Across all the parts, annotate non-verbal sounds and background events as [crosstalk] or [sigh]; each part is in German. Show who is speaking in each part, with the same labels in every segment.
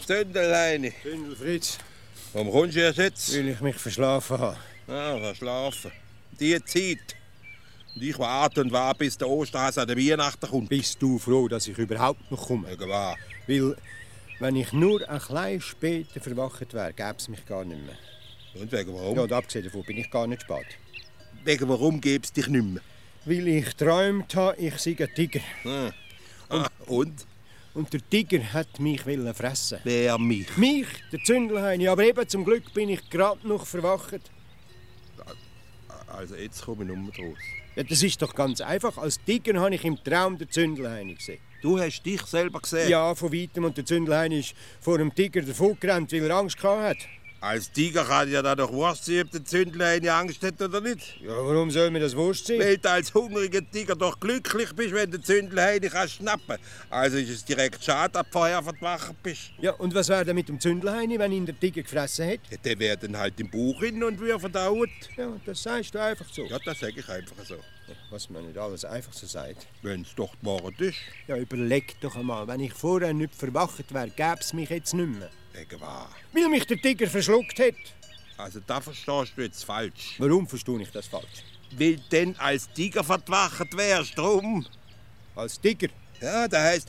Speaker 1: Stünd alleine.
Speaker 2: Bündel Fritz,
Speaker 1: Warum kommst du erst jetzt?
Speaker 2: weil ich mich verschlafen habe.
Speaker 1: Ah, verschlafen. Die Zeit. Und ich warte und warte, bis der Osterhase an der Weihnachten kommt.
Speaker 2: Bist du froh, dass ich überhaupt noch komme?
Speaker 1: Wegen was?
Speaker 2: Weil, wenn ich nur ein klein später verwacht wäre, gäbe es mich gar nicht mehr.
Speaker 1: Und wegen warum?
Speaker 2: Ja, und abgesehen davon bin ich gar nicht spät.
Speaker 1: Wegen warum gäbe es dich nicht mehr?
Speaker 2: Weil ich träumt habe, ich sei ein Tiger.
Speaker 1: Ah. Ah, und?
Speaker 2: Und der Tiger hat mich willen fressen.
Speaker 1: Wer mich?
Speaker 2: Mich, der Zündelheini. Aber eben, zum Glück bin ich gerade noch verwacht.
Speaker 1: Also jetzt komme ich nur draus.
Speaker 2: Ja, das ist doch ganz einfach. Als Tiger habe ich im Traum den Zündelheini gesehen.
Speaker 1: Du hast dich selber gesehen?
Speaker 2: Ja, von weitem. Und der Zündelheini ist vor dem Tiger davongerannt, weil er Angst gehabt hat.
Speaker 1: Als Tiger kann ja da doch was sein, ob der Zündler eine Angst hat oder nicht.
Speaker 2: Ja, warum soll mir das wurscht sein?
Speaker 1: Weil du als hungriger Tiger doch glücklich bist, wenn der Zündler eine kannst schnappen. Also ist es direkt schade, dass du vorher verwachen bist.
Speaker 2: Ja, und was wäre denn mit dem Zündelheini, wenn ihn der Tiger gefressen hätte?
Speaker 1: Ja, Der wäre dann halt im Bauch hin und wir verdaut.
Speaker 2: Ja, das sagst du einfach so.
Speaker 1: Ja, das sage ich einfach so.
Speaker 2: Was man nicht alles einfach so sagt.
Speaker 1: Wenn es doch gemacht ist.
Speaker 2: Ja, überleg doch einmal. Wenn ich vorher nicht verwacht wäre, gäbe es mich jetzt nicht mehr.
Speaker 1: Wegen was?
Speaker 2: Weil mich der Tiger verschluckt hat.
Speaker 1: Also da verstehst du jetzt falsch.
Speaker 2: Warum verstehe ich das falsch?
Speaker 1: Weil denn als Tiger verwacht wärst, drum.
Speaker 2: Als Tiger?
Speaker 1: Ja, das heißt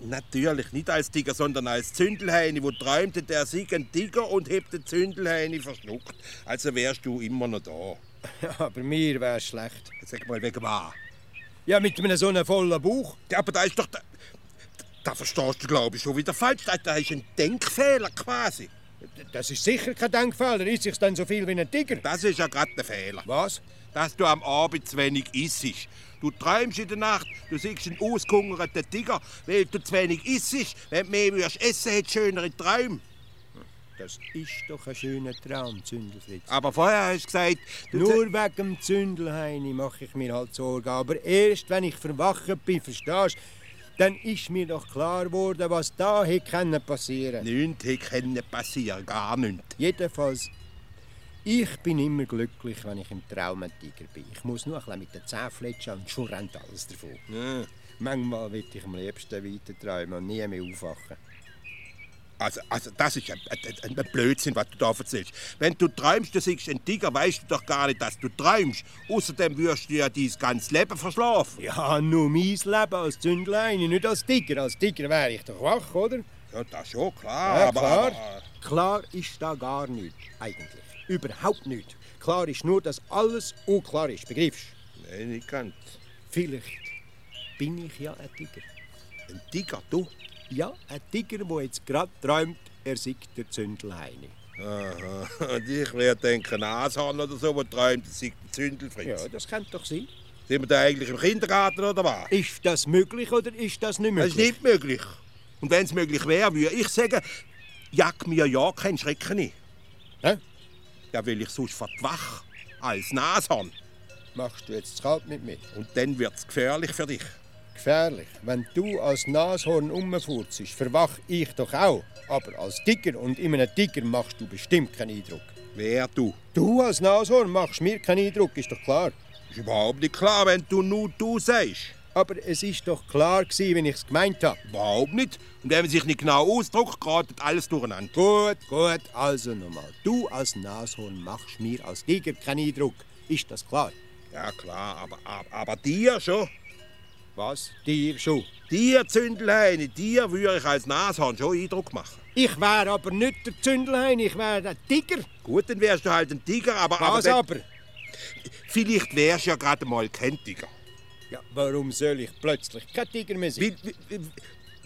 Speaker 1: natürlich nicht als Tiger, sondern als Zündelheini, wo träumte der Sieg ein Tiger und hebt den Zündelheini verschluckt. Also wärst du immer noch da.
Speaker 2: Ja, aber mir wäre schlecht.
Speaker 1: Sag mal wegen was?
Speaker 2: Ja, mit einem so einem vollen Bauch.
Speaker 1: Ja, aber da ist doch da, da verstehst du glaube ich schon wieder falsch. Da, da ist ein Denkfehler quasi.
Speaker 2: Das ist sicher kein Denkfehler. Ist ich dann so viel wie ein Tiger?
Speaker 1: Das ist ja gerade der Fehler,
Speaker 2: Was?
Speaker 1: dass du am Abend zu wenig isst. Du träumst in der Nacht, du siehst einen ausgehungerten Tiger, weil du zu wenig isst. Wenn du mehr würdest essen, hättest du schönere Träume.
Speaker 2: Das ist doch ein schöner Traum, Zündelfritz.
Speaker 1: Aber vorher hast du gesagt, du
Speaker 2: Nur wegen dem Zündelheini mache ich mir halt Sorgen. Aber erst, wenn ich verwacht bin, verstehst du, dann ist mir doch klar geworden, was da hätte können passieren
Speaker 1: Nichts kann passieren, gar nichts.
Speaker 2: Jedenfalls, ich bin immer glücklich, wenn ich im Traum ein Tiger bin. Ich muss nur ein bisschen mit den Zähnen fletschen und schon rennt alles davon. Manchmal will ich am liebsten weiter träumen und nie mehr aufwachen.
Speaker 1: Also, also das ist ein, ein, ein Blödsinn, was du da erzählst. Wenn du träumst, du siehst einen Tiger, weißt du doch gar nicht, dass du träumst. Außerdem wirst du ja dein ganzes Leben verschlafen.
Speaker 2: Ja, nur mein Leben als Zündlein, nicht als Tiger. Als Tiger wäre ich doch wach, oder?
Speaker 1: Ja, das ist schon klar. aber, Aber,
Speaker 2: Ah, Klar ist da gar nichts, eigentlich. Überhaupt nicht. Klar ist nur, dass alles unklar ist, begreifst du?
Speaker 1: nein, nicht ganz.
Speaker 2: Vielleicht bin ich ja ein Tiger.
Speaker 1: Ein Tiger, du?
Speaker 2: Ja, ein Tiger, der jetzt gerade träumt, er sei der Zündelheini.
Speaker 1: Aha. Und ich werde denken, ein Nashorn oder so, der träumt, das sei ein Zündelfritz.
Speaker 2: Ja, das könnte doch sein.
Speaker 1: Sind wir da eigentlich im Kindergarten oder was?
Speaker 2: Ist das möglich oder ist das nicht
Speaker 1: Das ist
Speaker 2: möglich?
Speaker 1: nicht möglich. Und wenn es möglich wäre, würde ich sagen, jag mir ja keinen Schrecken ein.
Speaker 2: Hä?
Speaker 1: Ja, weil ich sonst verdwach als Nashorn.
Speaker 2: Machst du jetzt zu kalt mit mir?
Speaker 1: Und dann wird's gefährlich für dich.
Speaker 2: Gefährlich. Wenn du als Nashorn umfurzt, verwach ich doch auch. Aber als Tiger und immer Tiger machst du bestimmt keinen Eindruck.
Speaker 1: Wer du?
Speaker 2: Du als Nashorn machst mir keinen Eindruck, ist doch klar.
Speaker 1: Ist überhaupt nicht klar, wenn du nur du sagst.
Speaker 2: Aber es ist doch klar gewesen, wenn ich es gemeint habe.
Speaker 1: Überhaupt nicht. Und wenn man sich nicht genau ausdruckt, geratet alles durcheinander.
Speaker 2: Gut, gut, also nochmal. Du als Nashorn machst mir als Tiger keinen Eindruck. Ist das klar?
Speaker 1: Ja, klar, aber, aber, aber dir schon.
Speaker 2: Was? Dir schon.
Speaker 1: Dir, Zündelheini, dir würde ich als Nashorn schon Eindruck machen.
Speaker 2: Ich wäre aber nicht der Zündelhein, ich wäre ein Tiger.
Speaker 1: Gut, dann wärst du halt ein Tiger, aber...
Speaker 2: Was
Speaker 1: dann-
Speaker 2: aber?
Speaker 1: Vielleicht wärst du ja gerade mal kein Tiger.
Speaker 2: Ja, warum soll ich plötzlich kein Tiger mehr sein?
Speaker 1: Weil, weil,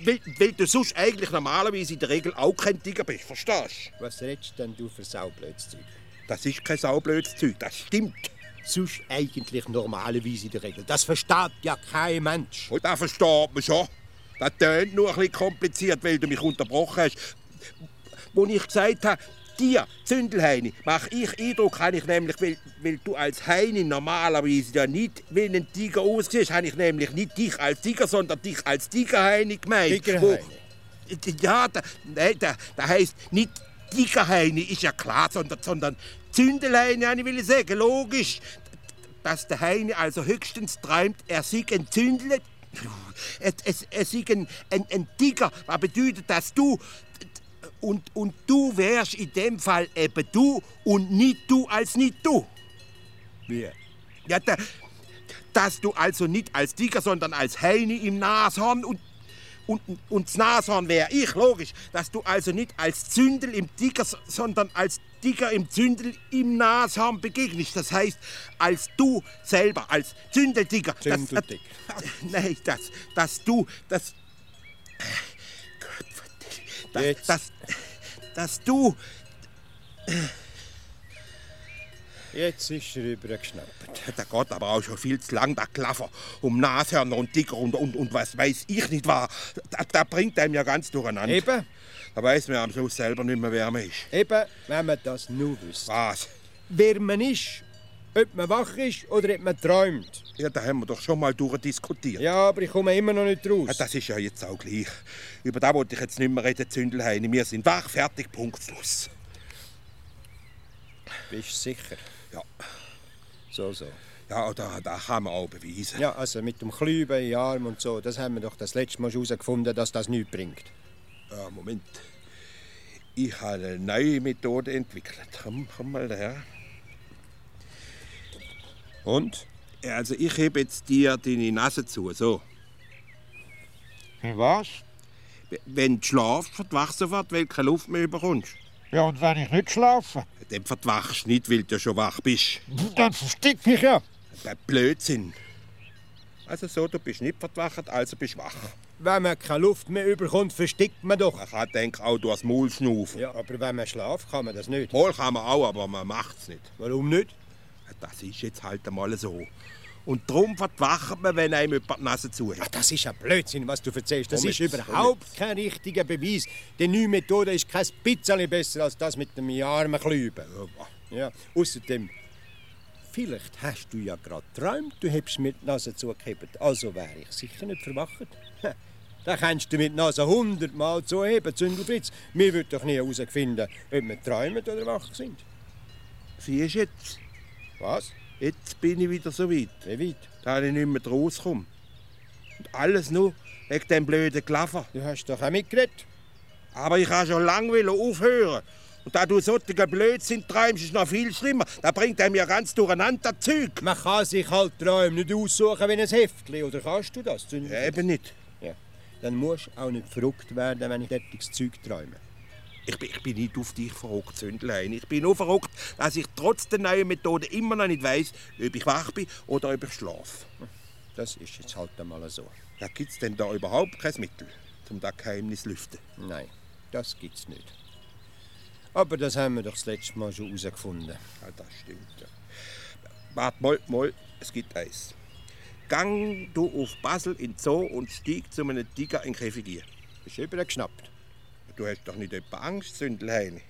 Speaker 1: weil, weil du sonst eigentlich normalerweise in der Regel auch kein Tiger bist, verstehst
Speaker 2: Was redest denn du für saublödes Zeug?
Speaker 1: du? Das ist kein saublödes Zeug, das stimmt.
Speaker 2: Sonst eigentlich normalerweise in der Regel. Das versteht ja kein Mensch.
Speaker 1: Und das versteht man schon. Das tönt nur ein bisschen kompliziert, weil du mich unterbrochen hast. Wo ich gesagt habe, dir, Zündelheini, mache ich Eindruck, habe ich nämlich, weil, weil du als Heini normalerweise ja nicht wie ein Tiger aussiehst, habe ich nämlich nicht dich als Tiger, sondern dich als Tigerheini gemeint.
Speaker 2: Tigerheini.
Speaker 1: Wo- Ja, da, nein, da, da heisst nicht Tigerheini, ist ja klar, sondern, sondern Zündelheini, habe ich will sagen, logisch. Dass der Heini also höchstens träumt, er sei ein Zündler, es, es, es sei ein, ein, ein Tiger. Was bedeutet, dass du Und, und du wärst in dem Fall eben du und nicht du als nicht du.
Speaker 2: Wie?
Speaker 1: Ja, da, dass du also nicht als Tiger, sondern als Heini im Nashorn und, und, und das Nashorn wäre ich, logisch. Dass du also nicht als Zündel im Tiger, sondern als Tiger im Zündel im Nashorn begegnest. Das heißt, als du selber, als Zündeltiger. das-
Speaker 2: Zündeltiger.
Speaker 1: Äh, [laughs] nein, dass, dass du, dass... Gott, dass,
Speaker 2: Jetzt.
Speaker 1: dass, dass du...
Speaker 2: Jetzt ist er übergeschnappt.
Speaker 1: Da geht aber auch schon viel zu lang, der Klaffer. Um Nashörner und Tiger und, und, und was weiß ich nicht wahr. Da, da bringt einem ja ganz durcheinander.
Speaker 2: Eben,
Speaker 1: Da weiß man am Schluss selber nicht mehr, wer man ist.
Speaker 2: eben, wenn man das nur wüsste.
Speaker 1: Was?
Speaker 2: Wer man ist, ob man wach ist oder ob man träumt.
Speaker 1: Ja, da haben wir doch schon mal durchdiskutiert.
Speaker 2: Ja, aber ich komme immer noch nicht raus.
Speaker 1: Ja, das ist ja jetzt auch gleich. Über das wollte ich jetzt nicht mehr reden, Zündelheini. Wir sind wach, fertig, Punkt, Schluss.
Speaker 2: Bist du sicher?
Speaker 1: Ja,
Speaker 2: So, so.
Speaker 1: ja da, da kann man auch beweisen.
Speaker 2: Ja, also mit dem Klüben im Arm und so, das haben wir doch das letzte Mal schon herausgefunden, dass das nichts bringt.
Speaker 1: Ja, Ah, Moment. Ich habe eine neue Methode entwickelt. Komm, komm mal her.
Speaker 2: Und?
Speaker 1: Also ich hebe jetzt dir deine Nase zu, so.
Speaker 3: Was?
Speaker 1: Wenn du schlafst, verdwachst du sofort, weil du keine Luft mehr bekommst.
Speaker 3: Ja, und wenn ich nicht schlafe,
Speaker 1: Dann verdwachst du nicht, weil du ja schon wach bist.
Speaker 3: dann verstick mich ja.
Speaker 1: Das ist Blödsinn. Also so, du bist nicht verdwacht, also bist du wach.
Speaker 2: Wenn man keine Luft mehr überkommt, versteckt man doch.
Speaker 1: Man kann denken, auch du hast Maul schnaufen.
Speaker 2: Ja, aber wenn man schlaft, kann man das nicht.
Speaker 1: Maul kann man auch, aber man macht's nicht.
Speaker 2: Warum nicht?
Speaker 1: Das ist jetzt halt einmal so. Und darum verdwacht man, wenn einem jemand die Nase zuhält.
Speaker 2: Das ist ein Blödsinn, was du erzählst. Das
Speaker 1: Komm
Speaker 2: ist
Speaker 1: jetzt, komm
Speaker 2: überhaupt kein richtiger Beweis. Die neue Methode ist kein bisschen besser als das mit dem armen Klüben. Ja, außerdem, vielleicht hast du ja gerade geträumt, du hättest mir die Nase zugekippt. Also wäre ich sicher nicht verwacht. Ha, Da kannst du mit der Nase hundertmal zuheben, Zündelfritz. Wir würden doch nie herausfinden, ob wir träumen oder wach sind.
Speaker 1: Siehst du jetzt?
Speaker 2: Was?
Speaker 1: Jetzt bin ich wieder so weit.
Speaker 2: Wie weit?
Speaker 1: Da habe ich nicht mehr rauskommen. Und alles nur wegen dem blöden Klaffer.
Speaker 2: Du hast doch auch mitgeredet.
Speaker 1: Aber ich habe schon lange wollen aufhören. Und da du solchen Blödsinn träumst, ist noch viel schlimmer. Da bringt einem ja ganz durcheinander das Zeug.
Speaker 2: Man kann sich halt Träume nicht aussuchen wie ein Heftchen. Oder kannst du das,
Speaker 1: Ja,
Speaker 2: Zündelfritz?
Speaker 1: eben nicht.
Speaker 2: Ja. Dann musst du auch nicht verrückt werden, wenn ich derartiges Zeug träume.
Speaker 1: Ich bin, ich bin nicht auf dich verrückt, Zündlein. Ich bin nur verrückt, dass ich trotz der neuen Methode immer noch nicht weiß, ob ich wach bin oder ob ich schlafe.
Speaker 2: Das ist jetzt halt einmal so.
Speaker 1: Ja, gibt es denn da überhaupt kein Mittel, um das Geheimnis zu lüften?
Speaker 2: Nein, das gibt's nicht. Aber das haben wir doch das letzte Mal schon herausgefunden.
Speaker 1: Ja, das stimmt, ja. Wart mal, mal, es gibt eins. Gang du auf Basel in den Zoo und steig zu einem Tiger in den Käfig ein.
Speaker 2: Ist übergeschnappt.
Speaker 1: Du hast doch nicht etwa Angst, Sündelheini?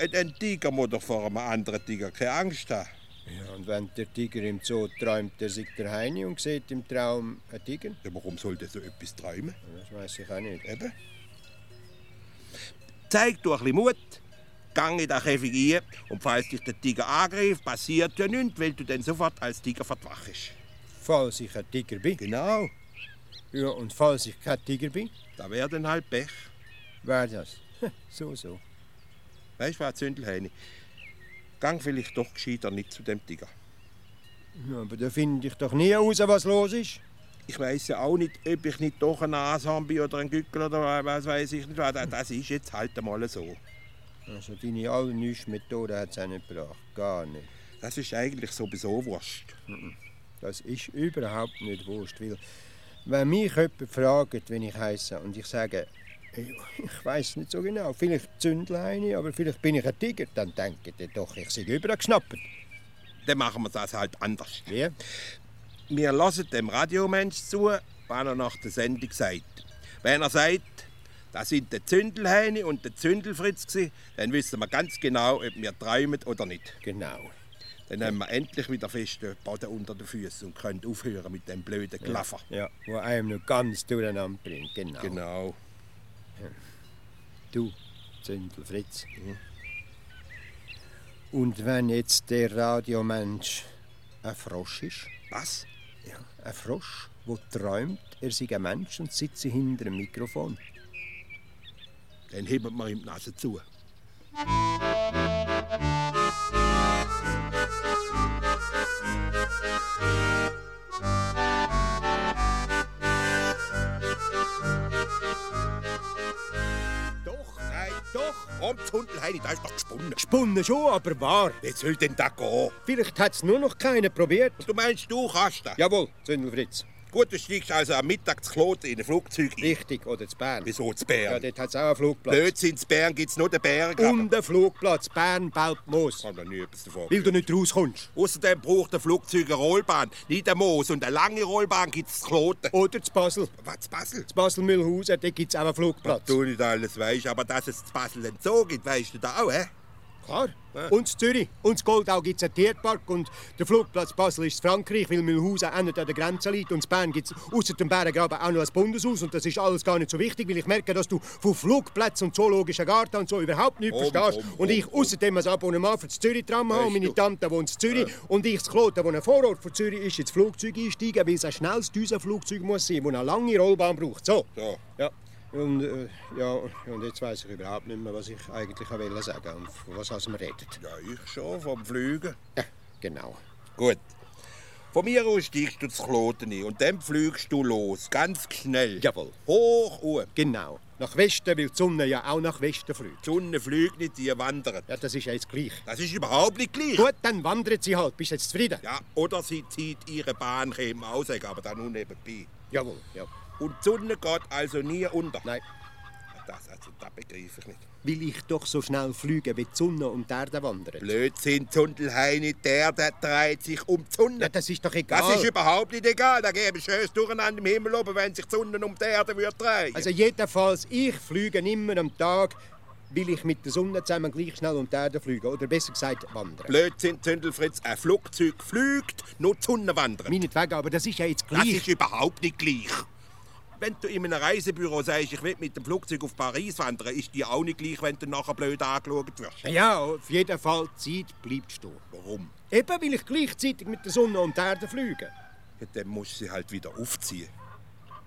Speaker 1: Ein- Ein Tiger muss doch vor einem anderen Tiger keine Angst haben.
Speaker 2: Ja, und wenn der Tiger im Zoo träumt, der sieht der Heini und sieht im Traum einen Tiger.
Speaker 1: Ja, warum sollte so etwas träumen?
Speaker 2: Das weiß ich auch nicht.
Speaker 1: Eben. Zeig du ein bisschen Mut, gang in den Käfig rein und falls dich der Tiger angreift, passiert ja nichts, weil du dann sofort als Tiger verdwachst.
Speaker 2: Falls ich ein Tiger bin.
Speaker 1: Genau.
Speaker 2: Ja, und falls ich kein Tiger bin,
Speaker 1: Da wäre dann halt Pech.
Speaker 2: wäre das. So, so.
Speaker 1: Weißt du was, Zündelheini? Gang vielleicht doch gescheiter nicht zu dem Tiger.
Speaker 2: Ja, aber da finde ich doch nie heraus, was los ist.
Speaker 1: Ich weiß ja auch nicht, ob ich nicht doch ein Nashorn bin oder ein Gückel oder was weiß ich nicht. was. Das- Das ist jetzt halt einmal so.
Speaker 2: Also deine allerneueste Methode hat es auch nicht gebracht. Gar nicht.
Speaker 1: Das ist eigentlich sowieso wurscht.
Speaker 2: Das ist überhaupt nicht wurscht, weil wenn mich jemand fragt, wenn ich heiße und ich sage, «Ey, ich weiß nicht so genau, vielleicht Zündleine, aber vielleicht bin ich ein Tiger, dann denken die doch, ich sei übergeschnappt.
Speaker 1: Dann machen wir das halt anders.
Speaker 2: Wie?
Speaker 1: Wir lassen dem Radiomensch zu, wenn er nach der Sendung sagt. Wenn er sagt, das sind der Zündelheini und der Zündelfritz, gsi, dann wissen wir ganz genau, ob wir träumen oder nicht.
Speaker 2: Genau.
Speaker 1: Dann haben wir endlich wieder festen Boden unter den Füßen und können aufhören mit dem blöden Klaffer.
Speaker 2: Ja, wo einem noch ganz durcheinander bringt. Genau.
Speaker 1: Genau.
Speaker 2: Du, Zündelfritz. Und wenn jetzt der Radiomensch ein Frosch ist?
Speaker 1: Was?
Speaker 2: Ja. Ein Frosch, der träumt, er sei ein Mensch und sitze hinter einem Mikrofon.
Speaker 1: Dann heben wir ihm die Nase zu.
Speaker 2: Doch, nein, doch.
Speaker 1: Komm, das Hundelheini, da ist doch gesponnen.
Speaker 2: Gesponnen schon, aber wahr.
Speaker 1: Wie soll denn das gehen?
Speaker 2: Vielleicht hat es nur noch keiner probiert.
Speaker 1: Du meinst, du kannst das?
Speaker 2: Jawohl, Zündelfritz.
Speaker 1: Gut, du steigst also am Mittag zu Kloten in ein Flugzeug ein.
Speaker 2: Richtig, oder zu Bern.
Speaker 1: Wieso zu
Speaker 2: Ja,
Speaker 1: Bern?
Speaker 2: dort hat es auch einen Flugplatz.
Speaker 1: Blödsinn, in Bern gibt's nur den Berg.
Speaker 2: Und einen Flugplatz. Bern baut Moos.
Speaker 1: aber- Ich hab noch nie etwas davon.
Speaker 2: Weil du nicht rauskommst.
Speaker 1: Außerdem braucht ein Flugzeug eine Rollbahn, nicht ein Moos. Und eine lange Rollbahn gibt's zu Kloten.
Speaker 2: Oder zu Basel.
Speaker 1: Was, zu Basel?
Speaker 2: Zu Basel-Mühlhausen, dort gibt es auch einen Flugplatz.
Speaker 1: Du nicht alles weißt, aber dass es zu Basel einen Zoo gibt, weißt du da auch, hä?
Speaker 2: Klar. Und in Zürich. Und in Goldau gibt es einen Tierpark. Und der Flugplatz Basel ist in Frankreich, weil Mühlhausen auch nicht an der Grenze liegt. Und in Bern gibt es außer dem Bärengraben auch noch ein Bundeshaus. Und das ist alles gar nicht so wichtig, weil ich merke, dass du von Flugplätzen und zoologischen Garten und so überhaupt nichts
Speaker 1: Komm,
Speaker 2: verstehst.
Speaker 1: komm,
Speaker 2: und ich
Speaker 1: komm, komm.
Speaker 2: außerdem ein Abonnement für das Zürich-Tram habe.
Speaker 1: Weißt
Speaker 2: Und meine
Speaker 1: du-
Speaker 2: Tante wohnt in Zürich. Und ich in Kloten, wo ein Vorort von Zürich ist, ins Flugzeug einsteigen, weil es ein schnelles Düsenflugzeug muss sein, das eine lange Rollbahn braucht. So.
Speaker 1: So.
Speaker 2: Ja. Und, äh, ja, und jetzt weiß ich überhaupt nicht mehr, was ich eigentlich wollte sagen und von was also wir reden.
Speaker 1: Ja, ich schon, vom Flügen.
Speaker 2: Ja, genau.
Speaker 1: Gut. Von mir aus steigst du zu Kloten ein und dann fliegst du los, ganz schnell.
Speaker 2: Jawohl.
Speaker 1: Hoch oben.
Speaker 2: Genau. Nach Westen, weil die Sonne ja auch nach Westen fliegt.
Speaker 1: Die Sonne fliegt nicht, die wandert.
Speaker 2: Ja, das ist ja jetzt gleich.
Speaker 1: Das ist überhaupt nicht gleich.
Speaker 2: Gut, dann wandert sie halt. Bist jetzt zufrieden?
Speaker 1: Ja, oder sie zieht ihre Bahn, käme auch sagen, aber dann nur nebenbei.
Speaker 2: Jawohl, ja.
Speaker 1: Und die Sonne geht also nie unter.
Speaker 2: Nein,
Speaker 1: Das, also, das begreife ich nicht.
Speaker 2: will ich doch so schnell fliegen, wie die Sonne um die Erde wandert.
Speaker 1: Blödsinn, Zundelheini, der, der dreht sich um die Sonne.
Speaker 2: Ja, das ist doch egal.
Speaker 1: das ist überhaupt nicht egal. Da gäbe es schönes Durcheinander im Himmel oben, wenn sich die Sonne um die Erde würde drehen.
Speaker 2: also jedenfalls, ich fliege immer am Tag, will ich mit der Sonne zusammen gleich schnell um die Erde fliegen. Oder besser gesagt, wandern.
Speaker 1: Blödsinn, Zündelfritz, ein Flugzeug fliegt, nur die Sonne wandert.
Speaker 2: Meinetwegen, aber das ist ja jetzt
Speaker 1: Das
Speaker 2: gleich.
Speaker 1: ist überhaupt nicht gleich. Wenn du in einem Reisebüro sagst, ich will mit dem Flugzeug auf Paris wandern, ist die auch nicht gleich, wenn du nachher blöd angeschaut wirst.
Speaker 2: Ja, auf jeden Fall, die Zeit bleibt stehen.
Speaker 1: Warum?
Speaker 2: Eben, weil ich gleichzeitig mit der Sonne um die Erde fliege.
Speaker 1: Ja, dann musst du sie halt wieder aufziehen.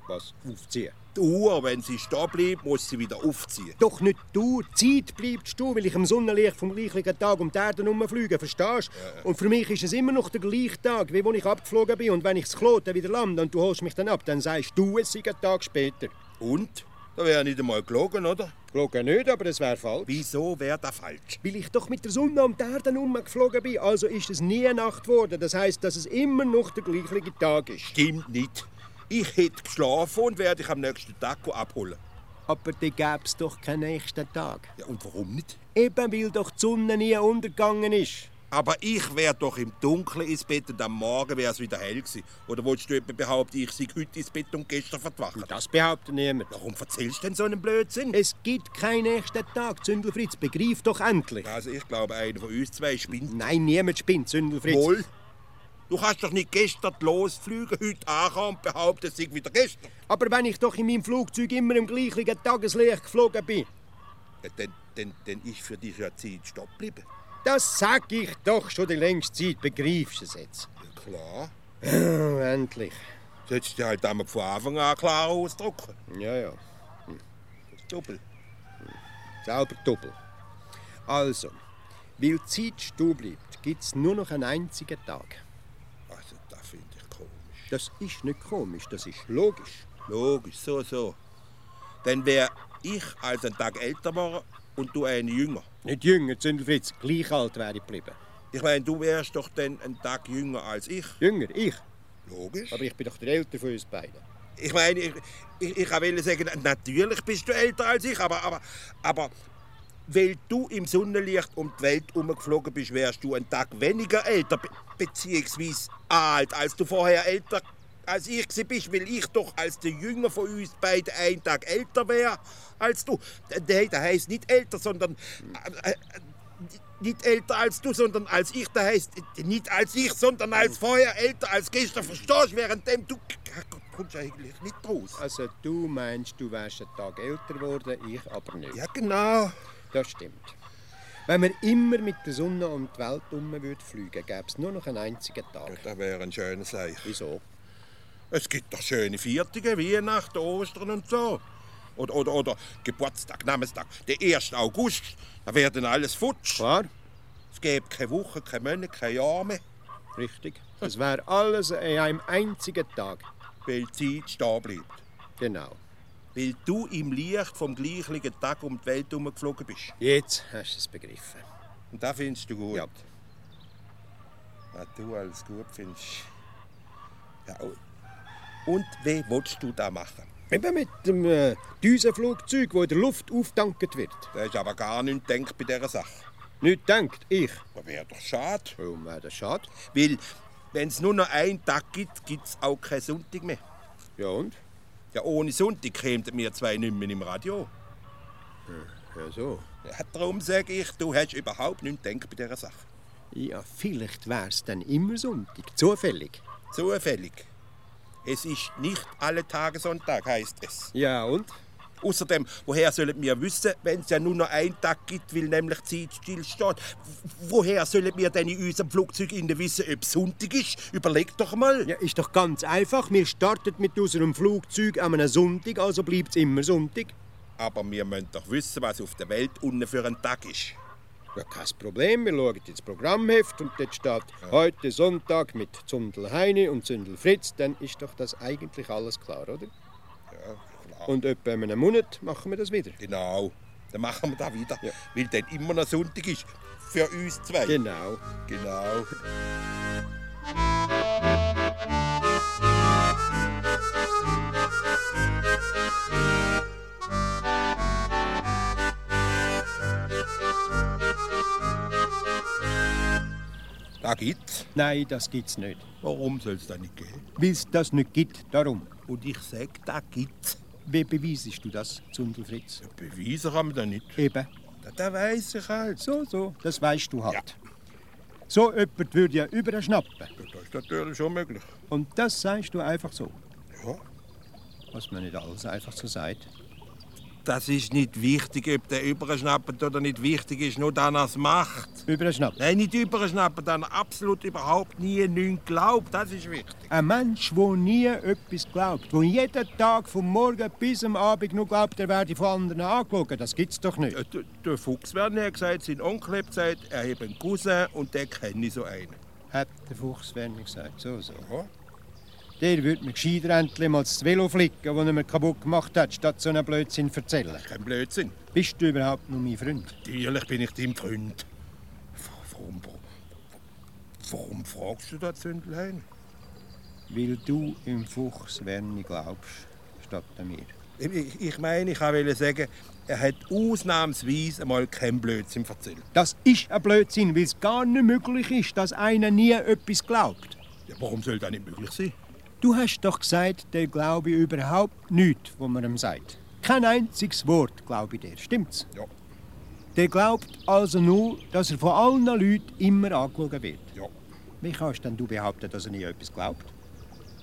Speaker 2: Was? Aufziehen.
Speaker 1: Die Uhr, wenn sie stehen bleibt, muss sie wieder aufziehen.
Speaker 2: Doch nicht du, die Zeit bleibt stehen, weil ich im Sonnenlicht vom gleichen Tag um die Erde herumfliege, verstehst du? Und für mich ist es immer noch der gleiche Tag, wie wenn ich abgeflogen bin. Und wenn ich das Kloten wieder lande und du holst mich dann ab, dann sagst du, es sei ein Tag später.
Speaker 1: Und? Da wäre nicht einmal gelogen, oder?
Speaker 2: Gelogen nicht, aber es wäre falsch.
Speaker 1: Wieso wäre das falsch?
Speaker 2: Weil ich doch mit der Sonne um die Erde herumgeflogen bin, also ist es nie Nacht geworden. Das heißt, dass es immer noch der gleiche Tag ist.
Speaker 1: Stimmt nicht. Ich hätte geschlafen und werde dich am nächsten Tag abholen.
Speaker 2: Aber dann gäbe es doch keinen nächsten Tag.
Speaker 1: Ja, und warum nicht?
Speaker 2: Eben weil doch die Sonne nie untergegangen ist.
Speaker 1: Aber ich wäre doch im Dunkeln ins Bett und am Morgen wäre es wieder hell gewesen. Oder willst du etwa behaupten, ich sei heute ins Bett und gestern verwacht?
Speaker 2: Das behauptet niemand.
Speaker 1: Warum erzählst du denn so einen Blödsinn?
Speaker 2: Es gibt keinen nächsten Tag, Zündelfritz. Begreif doch endlich.
Speaker 1: Also ich glaube, einer von uns zwei spinnt.
Speaker 2: Nein, niemand spinnt, Zündelfritz.
Speaker 1: Wohl. Du kannst doch nicht gestern losfliegen, heute ankommen und behaupten, es sei wieder gestern.
Speaker 2: Aber wenn ich doch in meinem Flugzeug immer im gleichen Tageslicht geflogen bin,
Speaker 1: Ja, dann, dann, dann ist für dich ja die Zeit stopp geblieben.
Speaker 2: das sag ich doch schon die längste Zeit. Begreifst du es jetzt?
Speaker 1: Ja, klar.
Speaker 2: Oh, endlich.
Speaker 1: Solltest du dir halt einmal von Anfang an klar ausdrucken.
Speaker 2: Ja, ja.
Speaker 1: Das ist doppelt.
Speaker 2: Selber doppelt. Also, weil die Zeit stehen bleibt, gibt es nur noch einen einzigen Tag.
Speaker 1: Also, das finde ich komisch.
Speaker 2: Das ist nicht komisch, das ist logisch.
Speaker 1: Logisch, so, so. Dann wäre ich also einen Tag älter geworden und du einen jünger.
Speaker 2: Nicht jünger, Zündelfritz, gleich alt wäre ich geblieben.
Speaker 1: Ich meine, du wärst doch dann einen Tag jünger als ich.
Speaker 2: Jünger, ich.
Speaker 1: Logisch.
Speaker 2: Aber ich bin doch der Ältere von uns beiden.
Speaker 1: Ich meine, ich, ich, ich will sagen, natürlich bist du älter als ich, aber, aber, aber weil du im Sonnenlicht um die Welt herumgeflogen bist, wärst du einen Tag weniger älter, be beziehungsweise alt, als du vorher älter als ich gewesen bist, weil ich doch als der Jünger von uns beiden einen Tag älter wäre als du. Äh, Nein, das heisst nicht älter, sondern... Äh, äh, nicht älter als du, sondern als ich, das heisst äh, nicht als ich, sondern als vorher älter als gestern, verstehst du? Währenddem du kommst eigentlich nicht raus.
Speaker 2: Also du meinst, du wärst einen Tag älter geworden, ich aber nicht.
Speaker 1: Ja, genau.
Speaker 2: Das stimmt. Wenn man immer mit der Sonne um die Welt herum würde fliegen, gäbe es nur noch einen einzigen Tag.
Speaker 1: Das wäre ein schönes Seich.
Speaker 2: Wieso?
Speaker 1: Es gibt doch schöne Viertige, Weihnachten, Ostern und so. Oder, oder, oder Geburtstag, Namenstag, der 1. August, da werden alles futsch.
Speaker 2: Klar,
Speaker 1: Es gäbe keine Woche, keine Monate, keine Jahre mehr.
Speaker 2: richtig. Das wäre alles an einem einzigen Tag.
Speaker 1: Weil die Zeit stehen bleibt.
Speaker 2: Genau.
Speaker 1: Weil du im Licht vom gleichen Tag um die Welt herumgeflogen bist.
Speaker 2: Jetzt hast du es begriffen.
Speaker 1: Und das findest du gut.
Speaker 2: Ja.
Speaker 1: Was du alles gut findest. Ja, und- und wie willst du das machen?
Speaker 2: Eben mit dem äh, Düsenflugzeug, das in der Luft aufgedankt wird.
Speaker 1: Da ist aber gar nichts denkt bei dieser Sache.
Speaker 2: Nicht denkt, ich.
Speaker 1: Das wäre doch schade.
Speaker 2: Warum wäre das schade?
Speaker 1: Weil, wenn es nur noch einen Tag gibt, gibt es auch keinen Sonntag mehr.
Speaker 2: Ja und?
Speaker 1: Ja, ohne Sonntag kämen wir zwei nicht mehr im Radio.
Speaker 2: Ja so.
Speaker 1: Ja, darum sage ich, du hast überhaupt nichts denkt bei dieser Sache.
Speaker 2: Ja, vielleicht wäre es dann immer Sonntag. Zufällig.
Speaker 1: Zufällig. Es ist nicht alle Tage Sonntag, heißt es.
Speaker 2: Ja und?
Speaker 1: Außerdem, woher sollen wir wissen, wenn es ja nur noch einen Tag gibt, weil nämlich die Zeit stillsteht? W- Woher sollen wir denn in unserem Flugzeug innen wissen, ob Sonntag ist? Überleg doch mal.
Speaker 2: Ja, ist doch ganz einfach. Wir starten mit unserem Flugzeug an einem Sonntag, also bleibt es immer Sonntag.
Speaker 1: Aber wir müssen doch wissen, was auf der Welt unten für ein Tag ist.
Speaker 2: Ja, kein Problem. Wir schauen ins Programmheft und dort steht heute Sonntag mit Zundel Heini und Zündel Fritz. Dann ist doch das eigentlich alles klar, oder?
Speaker 1: Ja, klar.
Speaker 2: Und etwa in einem Monat machen wir das wieder.
Speaker 1: Genau. Dann machen wir das wieder.
Speaker 2: Ja.
Speaker 1: Weil dann immer noch Sonntag ist. Für uns zwei.
Speaker 2: Genau.
Speaker 1: genau. Da gibt's.
Speaker 2: Nein, das gibt's nicht.
Speaker 1: Warum soll es da nicht geben?
Speaker 2: Weil es das nicht gibt, darum.
Speaker 1: Und ich sag, da gibt's.
Speaker 2: Wie beweisest du das, Zundel Fritz?
Speaker 1: Beweisen kann man da nicht.
Speaker 2: Eben.
Speaker 1: Da, da weiß ich halt.
Speaker 2: So, so. Das weißt du halt. So jemand würde ja überschnappen.
Speaker 1: Das ist natürlich schon möglich.
Speaker 2: Und das sagst du einfach so.
Speaker 1: Ja.
Speaker 2: Was man nicht alles einfach so sagt.
Speaker 1: Das ist nicht wichtig, ob der überschnappt oder nicht wichtig ist, nur dann es macht.
Speaker 2: Überschnappen.
Speaker 1: Nein, nicht überschnappt, dann absolut überhaupt nie nichts glaubt, das ist wichtig.
Speaker 2: Ein Mensch, der nie etwas glaubt, der jeden Tag vom Morgen bis am Abend nur glaubt, er werde von anderen angeschaut, das gibt's doch nicht.
Speaker 1: Äh, Der Fuchs Werner hat gesagt, sein Onkel hat gesagt, er habe einen Cousin und der kenne so einen.
Speaker 2: Hat der Fuchs Werner gesagt. So, so.
Speaker 1: Aha.
Speaker 2: Der würde mir gescheiter endlich mal das Velo flicken, das er mir kaputt gemacht hat, statt so einen Blödsinn zu erzählen.
Speaker 1: Kein Blödsinn.
Speaker 2: Bist du überhaupt noch mein Freund?
Speaker 1: Natürlich bin ich dein Freund. Warum, warum fragst du das, Zündlein?
Speaker 2: Weil du im Fuchs Werner glaubst, statt an mir.
Speaker 1: Ich, ich meine, ich wollte sagen, er hat ausnahmsweise mal keinen Blödsinn erzählt.
Speaker 2: Das ist ein Blödsinn, weil es gar nicht möglich ist, dass einer nie etwas glaubt.
Speaker 1: Ja, warum soll das nicht möglich sein?
Speaker 2: Du hast doch gesagt, der glaube ich überhaupt nichts, was man ihm sagt. Kein einziges Wort glaube ich dir, stimmt's?
Speaker 1: Ja.
Speaker 2: Der glaubt also nur, dass er von allen Leuten immer angeschaut wird.
Speaker 1: Ja.
Speaker 2: Wie kannst denn du behaupten, dass er nie etwas glaubt?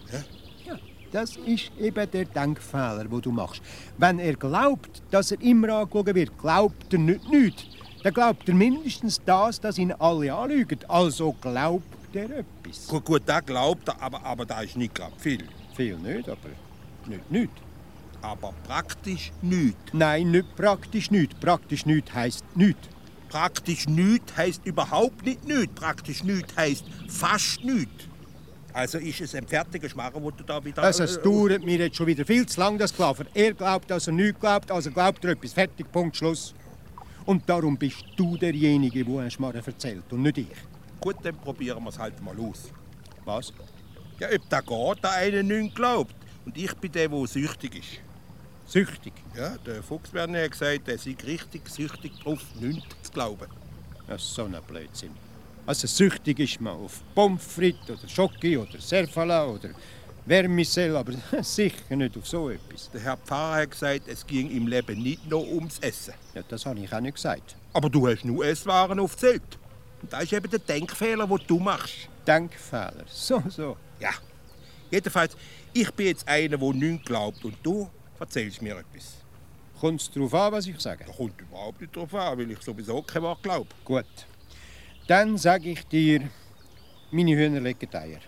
Speaker 1: Hä?
Speaker 2: Ja, das ist eben der Denkfehler, den du machst. Wenn er glaubt, dass er immer angeschaut wird, glaubt er nicht nichts. Dann glaubt er mindestens das, dass ihn alle anlügen. Also glaubt er etwas.
Speaker 1: Gut, gut, da glaubt er, aber, aber da ist nicht gerade viel.
Speaker 2: Viel nicht, aber nicht nichts.
Speaker 1: Aber praktisch nichts.
Speaker 2: Nein, nicht praktisch nichts. Praktisch nichts heisst nichts.
Speaker 1: Praktisch nichts heisst überhaupt nicht nichts. Praktisch nichts heisst fast nichts. Also ist es ein fertiger Schmarren, wo du da wieder... äh,
Speaker 2: Also, es dauert mir jetzt schon wieder viel zu lang, das Klaver. Er glaubt, dass er nichts glaubt, also glaubt er etwas. Fertig, Punkt, Schluss. Und darum bist du derjenige, der einen Schmarrn erzählt und nicht ich.
Speaker 1: Gut, dann probieren wir es halt mal aus.
Speaker 2: Was?
Speaker 1: Ja, ob da geht, da einer nicht glaubt. Und ich bin der, der süchtig ist.
Speaker 2: Süchtig.
Speaker 1: Ja, der Fuchswerner hat gesagt, er sei richtig süchtig drauf, nichts zu glauben.
Speaker 2: Das ist so ein Blödsinn. Also süchtig ist man auf Pommes frites oder Schoki oder Serfala oder Vermicelle, aber [laughs] sicher nicht auf so etwas.
Speaker 1: Der Herr Pfarrer hat gesagt, es ging im Leben nicht nur ums Essen.
Speaker 2: Ja, das habe ich auch nicht gesagt.
Speaker 1: Aber du hast nur Esswaren aufgezählt. Und das ist eben der Denkfehler, den du machst.
Speaker 2: Denkfehler. So, so.
Speaker 1: Ja. Jedenfalls, ich bin jetzt einer, der nichts glaubt. Und du erzählst mir etwas.
Speaker 2: Kommt es darauf an, was ich sage?
Speaker 1: Da kommt überhaupt nicht drauf an, weil ich sowieso kein Wort glaube.
Speaker 2: Gut. Dann sage ich dir, meine Hühner legen die Eier.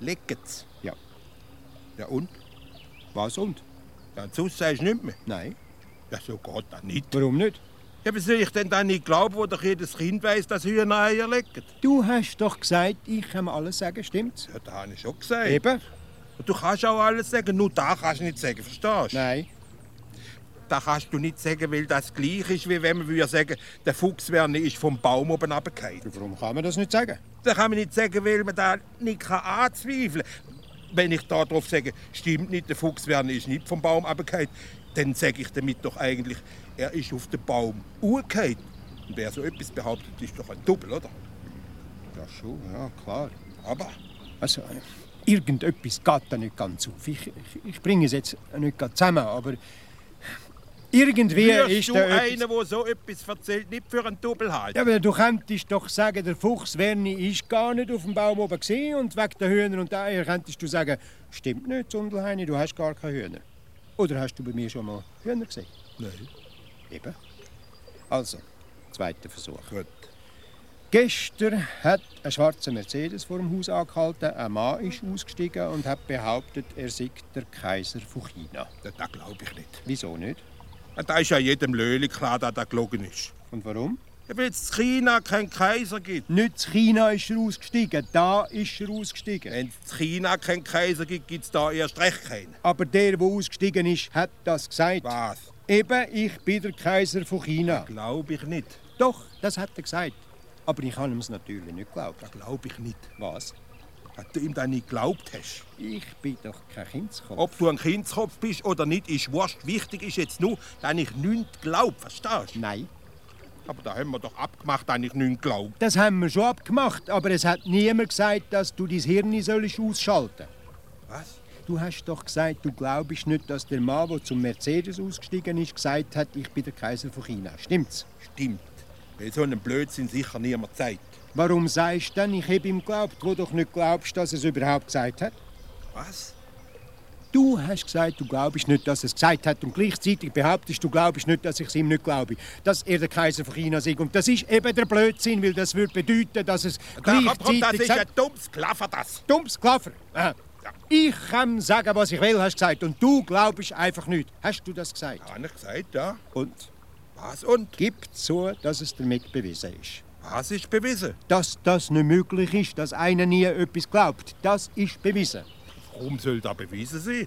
Speaker 1: Leckt's.
Speaker 2: Ja.
Speaker 1: Ja und?
Speaker 2: Was und?
Speaker 1: Dann sonst sagst du nicht mehr.
Speaker 2: Nein.
Speaker 1: Ja, so geht das nicht.
Speaker 2: Warum nicht?
Speaker 1: Ja, was soll ich denn dann nicht glauben, wo doch jedes Kind weiss, dass Hühner Eier legen?
Speaker 2: Du hast doch gesagt, ich kann alles sagen, stimmt's?
Speaker 1: Ja, das habe ich schon gesagt.
Speaker 2: Eben?
Speaker 1: Und du kannst auch alles sagen, nur da kannst du nicht sagen, verstehst du?
Speaker 2: Nein.
Speaker 1: Da kannst du nicht sagen, weil das gleich ist, wie wenn man würde sagen, der Fuchs wäre nicht vom Baum oben runtergefallen.
Speaker 2: Warum kann man das nicht sagen?
Speaker 1: Da kann man nicht sagen, weil man da nicht kann anzweifeln kann. Wenn ich da drauf sage, stimmt nicht, der Fuchs Werner ist nicht vom Baum runtergefallen, dann sage ich damit doch eigentlich, er ist auf den Baum umgefallen. Und wer so etwas behauptet, ist doch ein Doppel, oder?
Speaker 2: Ja, schon, ja, klar.
Speaker 1: Aber
Speaker 2: Also, äh, irgendetwas geht da nicht ganz auf. Ich, ich, ich bringe es jetzt nicht ganz zusammen, aber irgendwie
Speaker 1: wirst
Speaker 2: ist
Speaker 1: du
Speaker 2: da etwas-
Speaker 1: einen, der so etwas erzählt, nicht für einen halt? Doppel halten?
Speaker 2: Ja, aber du könntest doch sagen, der Fuchs Werni ist gar nicht auf dem Baum oben gesehen und wegen der Hühner und Eier könntest du sagen, stimmt nicht, Sundelheini, du hast gar keine Hühner. Oder hast du bei mir schon mal Hühner gesehen?
Speaker 1: Nein.
Speaker 2: Eben. Also, zweiter Versuch.
Speaker 1: Gut.
Speaker 2: Gestern hat ein schwarzer Mercedes vor dem Haus angehalten, ein Mann ist ausgestiegen und hat behauptet, er sei der Kaiser von China.
Speaker 1: Das, das glaube ich nicht.
Speaker 2: Wieso nicht?
Speaker 1: Da ist ja jedem Löhli klar, dass das gelogen ist.
Speaker 2: Und warum?
Speaker 1: Ja, Weil es in China keinen Kaiser gibt.
Speaker 2: Nicht in China ist er ausgestiegen, da ist er ausgestiegen.
Speaker 1: Wenn es in China keinen Kaiser gibt, gibt es da erst recht keinen.
Speaker 2: Aber der, der ausgestiegen ist, hat das gesagt.
Speaker 1: Was?
Speaker 2: Eben, ich bin der Kaiser von China.
Speaker 1: Glaube ich nicht.
Speaker 2: Doch, das hat er gesagt. Aber ich habe ihm es natürlich nicht geglaubt.
Speaker 1: Das glaube ich nicht.
Speaker 2: Was?
Speaker 1: Dass du ihm dann nicht geglaubt hast.
Speaker 2: Ich bin doch kein Kindskopf.
Speaker 1: Ob du ein Kindskopf bist oder nicht, ist wurscht. Wichtig ist jetzt nur, dass ich nichts glaube. Verstehst du?
Speaker 2: Nein,
Speaker 1: Aber da haben wir doch abgemacht, dass ich nichts glaube.
Speaker 2: das haben wir schon abgemacht. Aber es hat niemand gesagt, dass du dein Hirn sollst ausschalten
Speaker 1: Was?
Speaker 2: Du hast doch gesagt, du glaubst nicht, dass der Mann, der zum Mercedes ausgestiegen ist, gesagt hat, ich bin der Kaiser von China. Stimmt's?
Speaker 1: Stimmt. Weil so einen Blödsinn sicher niemand zeigt.
Speaker 2: Warum sagst du denn, ich habe ihm geglaubt, wo du doch nicht glaubst, dass er es überhaupt gesagt hat?
Speaker 1: Was?
Speaker 2: Du hast gesagt, du glaubst nicht, dass er es gesagt hat und gleichzeitig behauptest du, glaubst nicht, dass ich es ihm nicht glaube, dass er der Kaiser von China sei. Und das ist eben der Blödsinn, weil das würde bedeuten, dass es
Speaker 1: Da, komm, das
Speaker 2: gleichzeitig...
Speaker 1: ist ein dummes Klaffer, das.
Speaker 2: Dummes Klaffer. Aha.
Speaker 1: Ja.
Speaker 2: Ich kann sagen, was ich will, hast du gesagt. Und du glaubst einfach nicht. Hast du das gesagt?
Speaker 1: Habe ich gesagt, ja.
Speaker 2: Und?
Speaker 1: Was und?
Speaker 2: Gib zu, dass es damit bewiesen ist.
Speaker 1: Was ist bewiesen?
Speaker 2: Dass das nicht möglich ist, dass einer nie etwas glaubt, das ist bewiesen.
Speaker 1: Warum soll das bewiesen sein?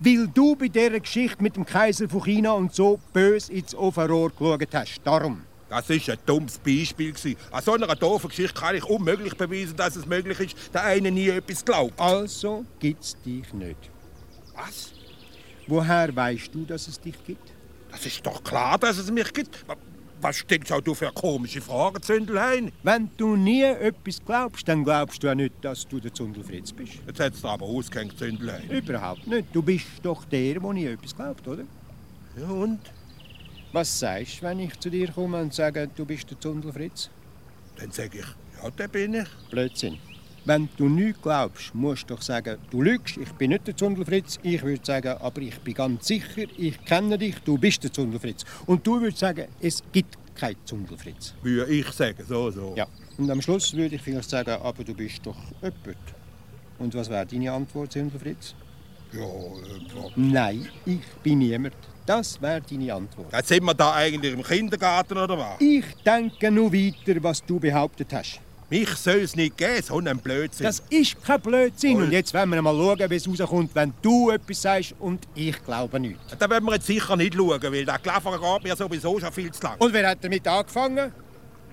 Speaker 2: Weil du bei dieser Geschichte mit dem Kaiser von China und so böse ins Ofenrohr geschaut hast. Darum.
Speaker 1: Das war ein dummes Beispiel. gewesen. An so einer doofen Geschichte kann ich unmöglich beweisen, dass es möglich ist, der eine nie etwas glaubt.
Speaker 2: Also gibt's dich nicht.
Speaker 1: Was?
Speaker 2: Woher weißt du, dass es dich gibt?
Speaker 1: Das ist doch klar, dass es mich gibt. Wa- Was stinkst auch du für komische Fragen, Zündelhein?
Speaker 2: Wenn du nie etwas glaubst, dann glaubst du ja nicht, dass du der Zundelfritz bist.
Speaker 1: Jetzt hat's da aber ausgehängt, Zündelhein.
Speaker 2: Überhaupt nicht. Du bist doch der, der nie etwas glaubt, oder?
Speaker 1: Ja, und?
Speaker 2: Was sagst du, wenn ich zu dir komme und sage, du bist der Zundelfritz?
Speaker 1: Dann sag ich, ja, der bin ich.
Speaker 2: Blödsinn. Wenn du nichts glaubst, musst du doch sagen, du lügst, ich bin nicht der Zundelfritz. Ich würde sagen, aber ich bin ganz sicher, ich kenne dich, du bist der Zundelfritz. Und du würdest sagen, es gibt keinen Zundelfritz.
Speaker 1: Würde ich sagen, so, so.
Speaker 2: Ja. Und am Schluss würde ich vielleicht sagen, aber du bist doch jemand. Und was wäre deine Antwort, Zundelfritz?
Speaker 1: ja äh, wa-
Speaker 2: Nein, ich bin niemand. Das wäre deine Antwort.
Speaker 1: Jetzt sind wir da eigentlich im Kindergarten, oder was?
Speaker 2: Ich denke nur weiter, was du behauptet hast.
Speaker 1: Mich soll es nicht geben, so einen Blödsinn.
Speaker 2: Das ist kein Blödsinn. Und jetzt wollen wir mal schauen, wie es rauskommt, wenn du etwas sagst und ich glaube nicht.
Speaker 1: Da werden wir jetzt sicher nicht schauen, weil der Klaffer geht mir sowieso schon viel zu lang.
Speaker 2: Und wer hat damit angefangen?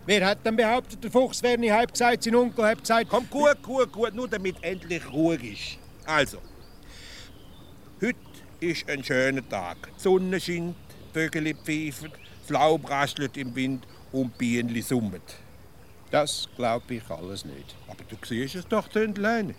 Speaker 2: Wer hat dann behauptet, der Fuchs wäre nicht halb gesagt, sein Onkel hat gesagt...
Speaker 1: Komm, gut, gut, gut, nur damit endlich ruhig ist. Also, heute ist ein schöner Tag. Die Sonne scheint, die Vögel pfeifen, das Laub raschelt im Wind und die Bienen summen.
Speaker 2: Das glaube ich alles nicht.
Speaker 1: Aber du siehst es doch, Tündlein.
Speaker 2: Die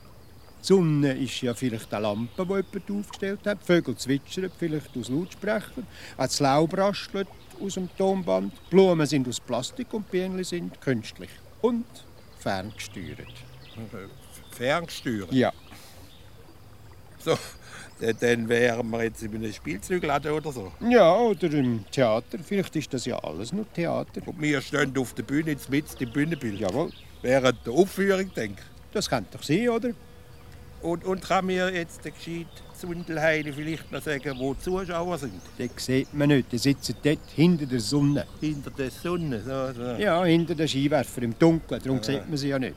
Speaker 2: Sonne ist ja vielleicht eine Lampe, die jemand aufgestellt hat. Die Vögel zwitschern vielleicht aus Lautsprechern. Auch das Laub raschelt aus dem Tonband. Die Blumen sind aus Plastik und die Bienen sind künstlich. Und ferngesteuert.
Speaker 1: Ferngesteuert.
Speaker 2: Ja.
Speaker 1: So, d- dann wären wir jetzt in einem Spielzeugladen oder so.
Speaker 2: Ja, oder im Theater. Vielleicht ist das ja alles nur Theater.
Speaker 1: Und wir stehen auf der Bühne, jetzt mit im Bühnenbild.
Speaker 2: Jawohl,
Speaker 1: Während der Aufführung, denke ich.
Speaker 2: das könnte doch sein, oder?
Speaker 1: Und, und kann mir jetzt gescheit Zündelheine vielleicht noch sagen, wo die Zuschauer sind?
Speaker 2: Das sieht man nicht. Die sitzen dort hinter der Sonne.
Speaker 1: Hinter der Sonne. So, so.
Speaker 2: Ja, hinter den Skiwerfer im Dunkeln. Darum
Speaker 1: Ja.
Speaker 2: sieht man sie ja nicht.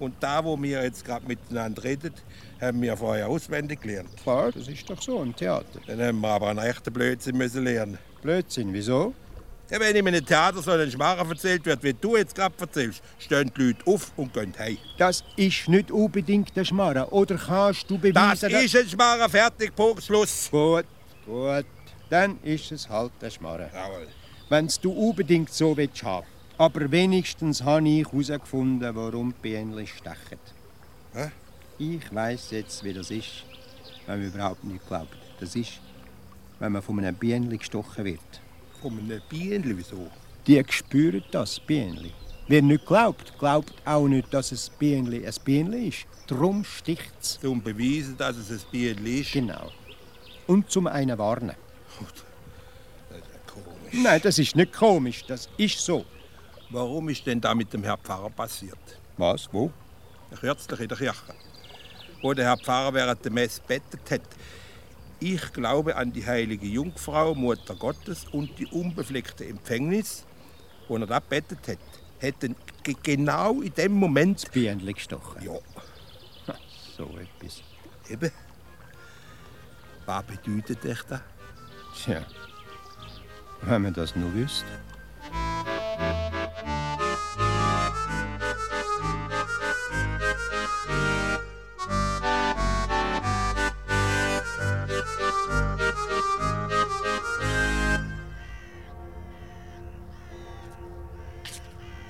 Speaker 1: Und da, wo wir jetzt gerade miteinander reden, haben wir vorher auswendig gelernt.
Speaker 2: Klar, das ist doch so im Theater.
Speaker 1: Dann haben wir aber einen echten Blödsinn müssen lernen.
Speaker 2: Blödsinn, wieso?
Speaker 1: Ja, wenn in einem Theater so ein Schmarren erzählt wird, wie du jetzt gerade erzählst, stehen die Leute auf und gehen heim.
Speaker 2: Das ist nicht unbedingt der Schmarren. Oder kannst du beweisen,
Speaker 1: Das
Speaker 2: dass-
Speaker 1: ist ein Schmarren, fertig, Punkt, Schluss.
Speaker 2: Gut, gut. Dann ist es halt der Schmarren.
Speaker 1: Jawohl.
Speaker 2: Wenn's du unbedingt so willst haben. Aber wenigstens habe ich herausgefunden, warum die Bienen stechen.
Speaker 1: Hä?
Speaker 2: Ich weiß jetzt, wie das ist, wenn man überhaupt nicht glaubt. Das ist, wenn man von einem Bienen gestochen wird.
Speaker 1: Von einem Bienen, wieso?
Speaker 2: Die spüren das, Bienen. Wer nicht glaubt, glaubt auch nicht, dass es Bienen ein Bienen ist. Drum sticht's.
Speaker 1: Zum Beweisen, dass es ein Bienen ist.
Speaker 2: Genau. Und zum einen warnen.
Speaker 1: Das ist ja komisch.
Speaker 2: Nein, das ist nicht komisch, das ist so.
Speaker 1: Warum ist denn da mit dem Herrn Pfarrer passiert?
Speaker 2: Was? Wo?
Speaker 1: kürzlich in der Kirche, wo der Herr Pfarrer während der Messe betet hat. Ich glaube an die heilige Jungfrau, Mutter Gottes und die unbefleckte Empfängnis, wo er da betet hat, hätten ge- genau in dem Moment.
Speaker 2: Bienen gestochen.
Speaker 1: Ja,
Speaker 2: So etwas.
Speaker 1: eben. Was bedeutet euch das?
Speaker 2: Tja, wenn man das nur wüsste.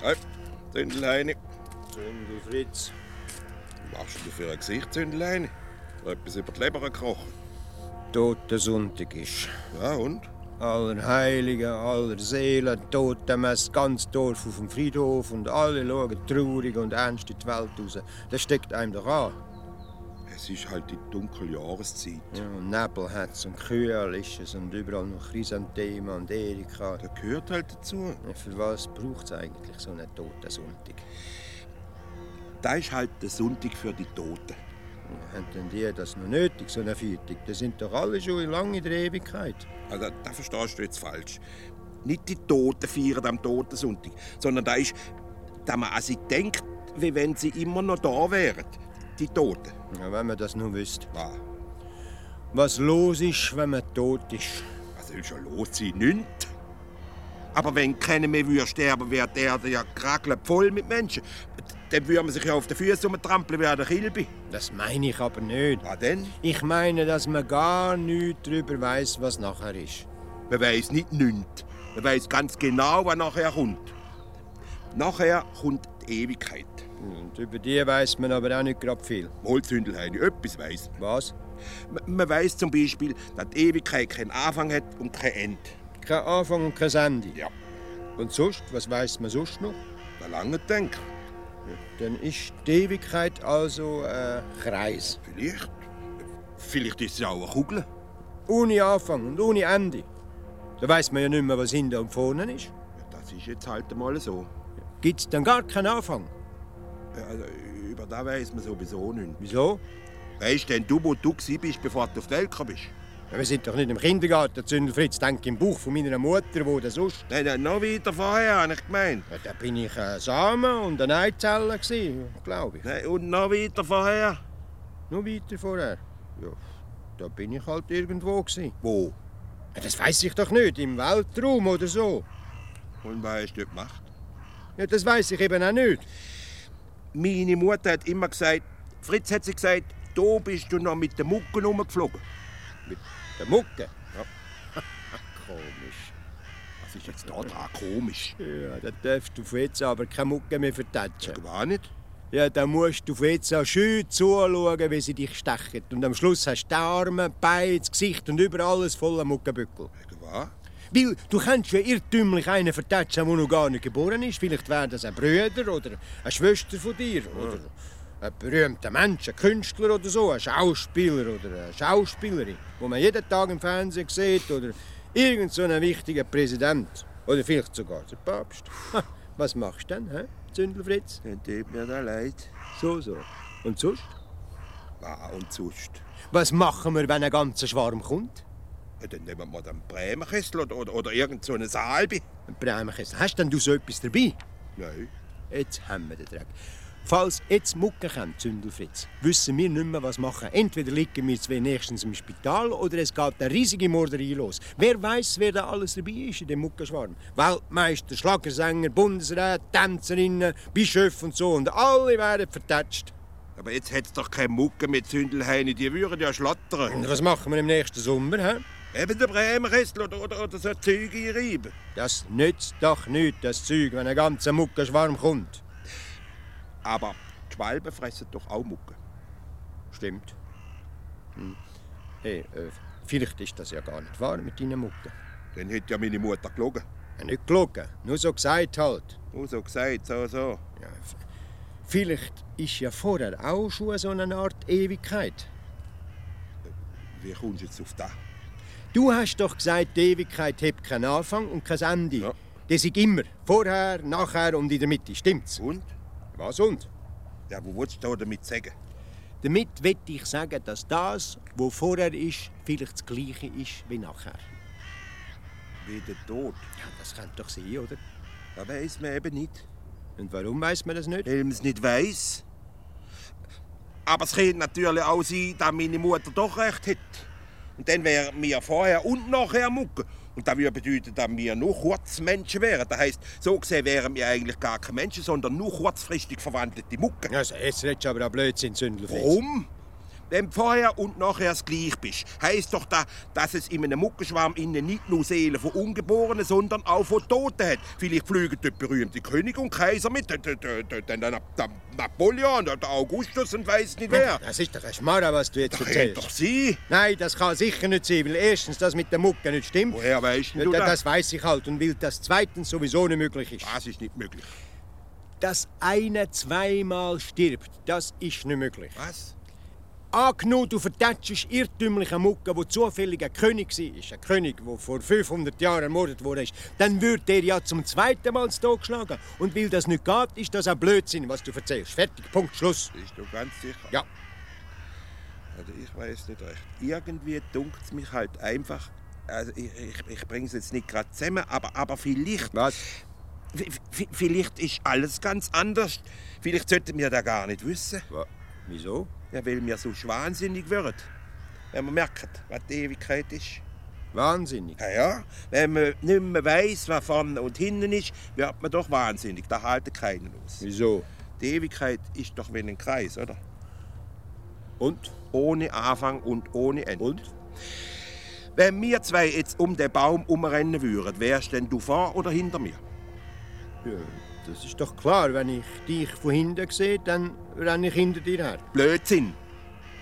Speaker 4: Hey, Zündeleine.
Speaker 2: Zündel Fritz.
Speaker 4: Was hast du für ein Gesicht, Zündeleine? Etwas über die Leber gekrochen.
Speaker 2: Toter Sonntag ist.
Speaker 4: Ja, und?
Speaker 2: Aller Heiligen, aller Seelen, Totenmess, ganz Dorf auf dem Friedhof und alle schauen traurig und ernst in die Welt raus. Das steckt einem doch an.
Speaker 4: Es ist halt die dunkle Jahreszeit.
Speaker 2: Ja, und Nebel hat's und Kühl ist es und überall noch Chrysanthema und Erika.
Speaker 4: Das gehört halt dazu.
Speaker 2: Ja, Für was braucht es eigentlich so einen toten Sonntag?
Speaker 1: Da ist halt der Sonntag für die Toten.
Speaker 2: Haben denn die das noch nötig, so eine Viertag? Die sind doch alle schon lange in der Ewigkeit.
Speaker 1: Also, da verstehst du jetzt falsch. Nicht die Toten feiern am Totensonntag, sondern da ist, dass man an sie denkt, wie wenn sie immer noch da wären. Die Toten.
Speaker 2: Ja, wenn man das nur wüsste.
Speaker 1: Was?
Speaker 2: Was los ist, wenn man tot ist.
Speaker 1: Was soll schon los sein? Nichts. Aber wenn keiner mehr würde sterben, wäre die Erde ja krakelnd voll mit Menschen. Dann würde man sich ja auf den Füßen rumtrampeln wie an der Kilbe.
Speaker 2: Das meine ich aber nicht.
Speaker 1: Was denn?
Speaker 2: Ich meine, dass man gar nichts darüber weiß, was nachher ist.
Speaker 1: Man weiß nicht nichts. Man weiß ganz genau, was nachher kommt. Nachher kommt die Ewigkeit.
Speaker 2: Und über die weiß man aber auch nicht gerade viel.
Speaker 1: Holzhündelheini, etwas weiss
Speaker 2: Was?
Speaker 1: M- Man weiß zum Beispiel, dass die Ewigkeit keinen Anfang hat und kein Ende.
Speaker 2: Kein Anfang und kein Ende.
Speaker 1: Ja.
Speaker 2: Und sonst, was weiß man sonst noch?
Speaker 1: Na lange denk,
Speaker 2: Dann ist die Ewigkeit also ein Kreis.
Speaker 1: vielleicht. Vielleicht ist es ja auch eine Kugel.
Speaker 2: Ohne Anfang und ohne Ende. Da weiß man ja nicht mehr, was hinten und vorne ist.
Speaker 1: Ja, Das ist jetzt halt mal so.
Speaker 2: Gibt es dann gar keinen Anfang?
Speaker 1: Ja, Also, über das weiß man sowieso nicht.
Speaker 2: Wieso?
Speaker 1: Weißt denn du, wo du gsi bist, bevor du auf die Welt gekommen bist?
Speaker 2: Ja, Wir sind doch nicht im Kindergarten. Zündelfritz denkt im Buch von meiner Mutter, wo das ist.
Speaker 1: Nein, nein, noch weiter vorher, habe ich gemeint.
Speaker 2: Ja, da bin ich ein Samen und eine Eizelle, glaube ich.
Speaker 1: Nein, und noch weiter vorher.
Speaker 2: Noch weiter vorher. Ja, da bin ich halt irgendwo. Gewesen.
Speaker 1: Wo?
Speaker 2: Ja, das weiß ich doch nicht, im Weltraum oder so.
Speaker 1: Und was hast du dort gemacht?
Speaker 2: Ja, das weiß ich eben auch nicht.
Speaker 1: Meine Mutter hat immer gesagt, Fritz hat sie gesagt, da bist du noch mit den Mucken rumgeflogen.
Speaker 2: Der Mucke. Ja. Komisch.
Speaker 1: Was ist jetzt da dran komisch?
Speaker 2: Ja, da darfst du von jetzt aber keine Mucke mehr vertatschen.
Speaker 1: Gar nicht.
Speaker 2: Ja, dann musst du von jetzt an schön zuschauen, wie sie dich stechen. Und am Schluss hast du die Arme, die Beine, das Gesicht und über alles voller Muckenbückel.
Speaker 1: Wegen was?
Speaker 2: Weil du kannst ja irrtümlich einen vertatschen, der noch gar nicht geboren ist. Vielleicht wäre das ein Bruder oder eine Schwester von dir. Oder ein berühmter Mensch, ein Künstler oder so, ein Schauspieler oder eine Schauspielerin, wo man jeden Tag im Fernsehen sieht. Oder irgend so einen wichtigen Präsident. Oder vielleicht sogar der Papst. Ha, was machst du denn, hä? Zündelfritz?
Speaker 1: Dann tut mir da leid.
Speaker 2: So, so. Und sonst?
Speaker 1: Ah, und sonst?
Speaker 2: Was machen wir, wenn ein ganzer Schwarm kommt?
Speaker 1: Ja, Dann nehmen wir mal den Bremerkessel oder, oder, oder irgend so eine Salbe.
Speaker 2: Ein Bremkessel. Hast denn du so etwas dabei?
Speaker 1: Nein.
Speaker 2: Jetzt haben wir den Dreck. Falls jetzt Mucke kommt, Zündelfritz, wissen wir nicht mehr, was machen. Entweder liegen wir zwei nächstens im Spital oder es geht eine riesige Morderei los. Wer weiß, wer da alles dabei ist in dem Muckenschwarm? Weltmeister, Schlagersänger, Bundesrat, Tänzerinnen, Bischöfe und so. Und alle werden vertätscht.
Speaker 1: Aber jetzt hat's doch keine Mucke mit Zündelheine, die würden ja
Speaker 2: Und
Speaker 1: schlattern.
Speaker 2: was machen wir im nächsten Sommer? He?
Speaker 1: Eben der Bremerkessel oder, oder, oder so Züge reiben.
Speaker 2: Das nützt doch nichts, das Zeug, wenn ein ganzer Muckenschwarm kommt.
Speaker 1: Aber die Schwalben fressen doch auch Mucke.
Speaker 2: Stimmt. Hm. Hey, äh, vielleicht ist das ja gar nicht wahr mit deiner Mucke.
Speaker 1: Dann hätte ja meine Mutter gelogen.
Speaker 2: Ja, Nicht gelogen, nur so gesagt halt.
Speaker 1: Nur Oh, so gesagt, so, so.
Speaker 2: Ja, f- vielleicht ist ja vorher auch schon so eine Art Ewigkeit.
Speaker 1: Wie kommst du jetzt auf das?
Speaker 2: Du hast doch gesagt, die Ewigkeit hat keinen Anfang und kein Ende.
Speaker 1: Ja.
Speaker 2: Das ist immer. Vorher, nachher und in der Mitte. Stimmt's?
Speaker 1: Und?
Speaker 2: Was und?
Speaker 1: Ja, wo willst du da damit sagen?
Speaker 2: Damit will ich sagen, dass das, was vorher ist, vielleicht das Gleiche ist wie nachher.
Speaker 1: Wie der Tod.
Speaker 2: Ja, das könnte doch sein, oder?
Speaker 1: Das weiss man eben nicht.
Speaker 2: Und warum weiß man das nicht?
Speaker 1: Weil man es nicht weiss. Aber es könnte natürlich auch sein, dass meine Mutter doch recht hat. Und dann wären wir vorher und nachher Mucke. Und das würde bedeuten, dass wir nur kurz Menschen wären. Das heisst, so gesehen wären wir eigentlich gar keine Menschen, sondern nur kurzfristig verwandelte Mucke.
Speaker 2: Also, jetzt redest du aber auch Blödsinn, Sündelfritz.
Speaker 1: Warum? Wenn du vorher und nachher das gleich bist, heisst doch das, dass es in einem Muckenschwarm innen nicht nur Seelen von Ungeborenen, sondern auch von Toten hat. Vielleicht fliegen dort berühmte König und Kaiser mit, dann- dann- dann dann- dann- dann Napoleon, dann Augustus und weiss nicht wer.
Speaker 2: Das ist doch ein Schmarrn, was du jetzt
Speaker 1: Das kann
Speaker 2: erzählst.
Speaker 1: doch sein.
Speaker 2: Nein, das kann sicher nicht sein, weil erstens das mit der Mucke nicht stimmt.
Speaker 1: Woher weißt denn
Speaker 2: Ja,
Speaker 1: du
Speaker 2: da-
Speaker 1: das?
Speaker 2: das weiß ich halt und weil das zweitens sowieso nicht möglich ist.
Speaker 1: Das ist nicht möglich.
Speaker 2: Dass einer zweimal stirbt, das ist nicht möglich.
Speaker 1: Was?
Speaker 2: Angenommen, du vertätschst irrtümlich eine Mucke, die zufällig ein König war, ein König, der vor 500 Jahren ermordet wurde, dann wird der ja zum zweiten Mal zu Tod geschlagen. Und weil das nicht geht, ist das ein Blödsinn, was du erzählst. Fertig, Punkt, Schluss.
Speaker 1: Bist du ganz sicher?
Speaker 2: Ja.
Speaker 1: Also ich weiß nicht recht. Irgendwie dunkt es mich halt einfach. Also ich, ich, ich bringe es jetzt nicht gerade zusammen, aber, aber vielleicht.
Speaker 2: Was?
Speaker 1: V- v- Vielleicht ist alles ganz anders. Vielleicht sollten wir da gar nicht wissen.
Speaker 2: Wieso?
Speaker 1: Ja, weil wir so wahnsinnig würden. Wenn wir merken, was die Ewigkeit ist.
Speaker 2: Wahnsinnig.
Speaker 1: Ja, ja. Wenn man nicht mehr weiss, was vorne und hinten ist, wird man doch wahnsinnig. Da halten keinen aus.
Speaker 2: Wieso?
Speaker 1: Die Ewigkeit ist doch wie ein Kreis, oder?
Speaker 2: Und?
Speaker 1: Ohne Anfang und ohne Ende.
Speaker 2: Und?
Speaker 1: Wenn wir zwei jetzt um den Baum umrennen würden, wärst denn du vor oder hinter mir?
Speaker 2: Ja, das ist doch klar. Wenn ich dich von hinten sehe, dann renne ich hinter dir her.
Speaker 1: Blödsinn.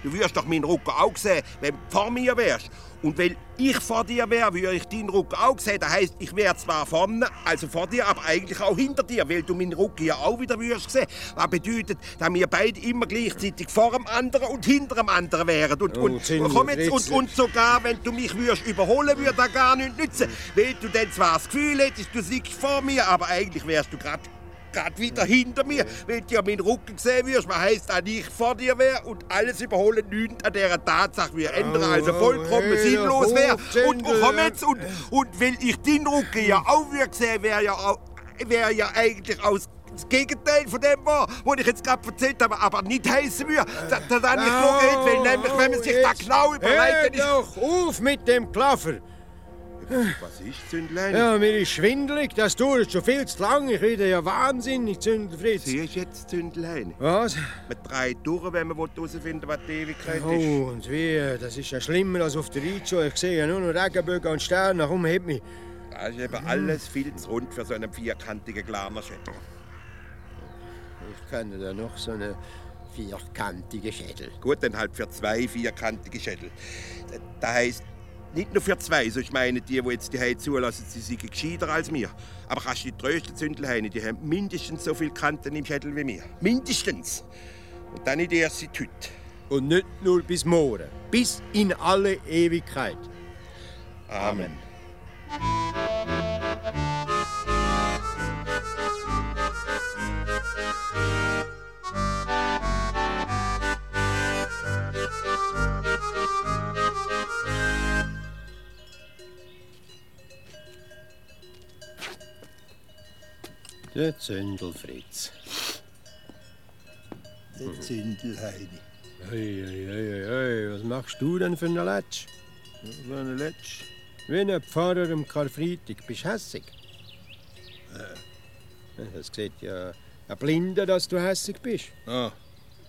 Speaker 1: Du würdest doch meinen Rücken auch sehen, wenn du vor mir wärst. Und weil ich vor dir wäre, würde ich deinen Rücken auch sehen. Das heisst, ich wäre zwar vorne, also vor dir, aber eigentlich auch hinter dir, weil du meinen Rücken ja auch wieder würdest sehen. Was bedeutet, dass wir beide immer gleichzeitig vor dem anderen und hinter dem anderen wären. Und,
Speaker 2: Oh,
Speaker 1: und,
Speaker 2: Zindel,
Speaker 1: komm jetzt, und,
Speaker 2: Ritzel.
Speaker 1: und sogar, wenn du mich würdest überholen, würde das gar nicht nützen. Weil du dann zwar das Gefühl hättest, du siegst vor mir, aber eigentlich wärst du gerade grad wieder hinter mir, weil du ja meinen Rücken sehen würdest. Was heisst, dass ich vor dir wäre und alles überholen nichts an dieser Tatsache wir ändern, also vollkommen
Speaker 2: hey,
Speaker 1: sinnlos
Speaker 2: hoch,
Speaker 1: wäre. Und, und
Speaker 2: Zindel.
Speaker 1: komm jetzt, und, und weil ich deinen Rücken ja auch würde sehen, wäre ja, auch- wär ja eigentlich auch das Gegenteil von dem war, was ich jetzt gerade erzählt habe, aber nicht heißen würde, dass das nicht gelogen hätte, weil nämlich, wenn man sich da
Speaker 2: Genau. jetzt
Speaker 1: genau überlegt, dann ist
Speaker 2: Hör doch auf mit dem Klaffer!
Speaker 1: Was ist, Zündlein?
Speaker 2: Ja, mir ist schwindelig, das dauert schon viel zu lang. Ich werde ja wahnsinnig, Zündelfritz.
Speaker 1: Siehst du jetzt, Zündlein?
Speaker 2: Was?
Speaker 1: Man dreht durch, wenn man herausfinden will, was die Ewigkeit ist.
Speaker 2: Oh, und wie? Das ist ja schlimmer als auf der Reitshow. Ich sehe ja nur noch Regenbögen und Sterne. Komm, heb mich.
Speaker 1: Das ist eben alles viel zu rund für so einen vierkantigen Glamerschädel.
Speaker 2: Ich kenne da noch so einen vierkantigen Schädel.
Speaker 1: Gut, dann halt für zwei vierkantige Schädel. Da- Das heisst, nicht nur für zwei, sonst meinen die, die jetzt die Heide zulassen, sie sind gescheiter als mir. Aber kannst du die trösten Zündelheine, die haben mindestens so viele Kanten im Schädel wie mir. Mindestens! Und dann nicht erst seit heute.
Speaker 2: Und nicht nur bis morgen. Bis in alle Ewigkeit.
Speaker 1: Amen.
Speaker 2: Der Zündelfritz.
Speaker 1: Der Zindelheini.
Speaker 2: Hey, hey, hey, hey, was machst du denn für einen Latsch?
Speaker 1: So ein Letsch.
Speaker 2: Wie ein Pfarrer am Karfreitag. Bist du hässig? Das sieht ja ein Blinder, dass du hässig bist.
Speaker 1: Ah,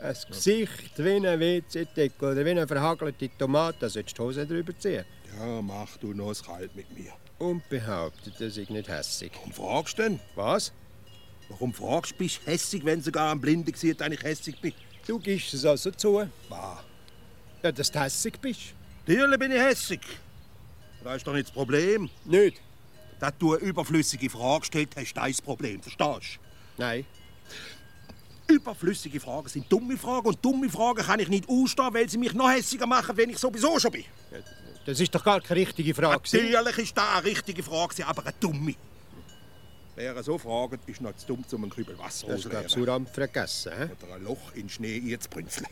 Speaker 2: Ein Gesicht wie ein WC-Deckel oder wie eine verhagelte Tomate, da solltest du die Hose drüber ziehen.
Speaker 1: ja, mach du noch es kalt mit mir.
Speaker 2: Und behauptet, er sei nicht hässig.
Speaker 1: Warum fragst du denn?
Speaker 2: Was?
Speaker 1: Warum fragst du, bist du hässig, wenn sogar ein Blinder sieht, dass ich hässig bin?
Speaker 2: Du gibst es also zu,
Speaker 1: Bah,
Speaker 2: ja, dass du hässig bist.
Speaker 1: natürlich bin ich hässig. Das ist doch nicht das Problem.
Speaker 2: Nicht?
Speaker 1: Dass du eine überflüssige Frage stellst, hast du dein Problem, verstehst
Speaker 2: Nein.
Speaker 1: du? Überflüssige Fragen sind dumme Fragen und dumme Fragen kann ich nicht ausstehen, weil sie mich noch hässiger machen, wenn ich sowieso schon bin.
Speaker 2: Das ist doch gar keine richtige Frage. gewesen.
Speaker 1: Natürlich ist das eine richtige Frage, aber eine dumme. Wer er so fragt, ist noch zu dumm, um einen Kübel Wasser
Speaker 2: Das ist,
Speaker 1: rauszunehmen.
Speaker 2: glaub ich, Suramt vergessen. hä?
Speaker 1: Oder ein Loch in den Schnee zu brünzeln.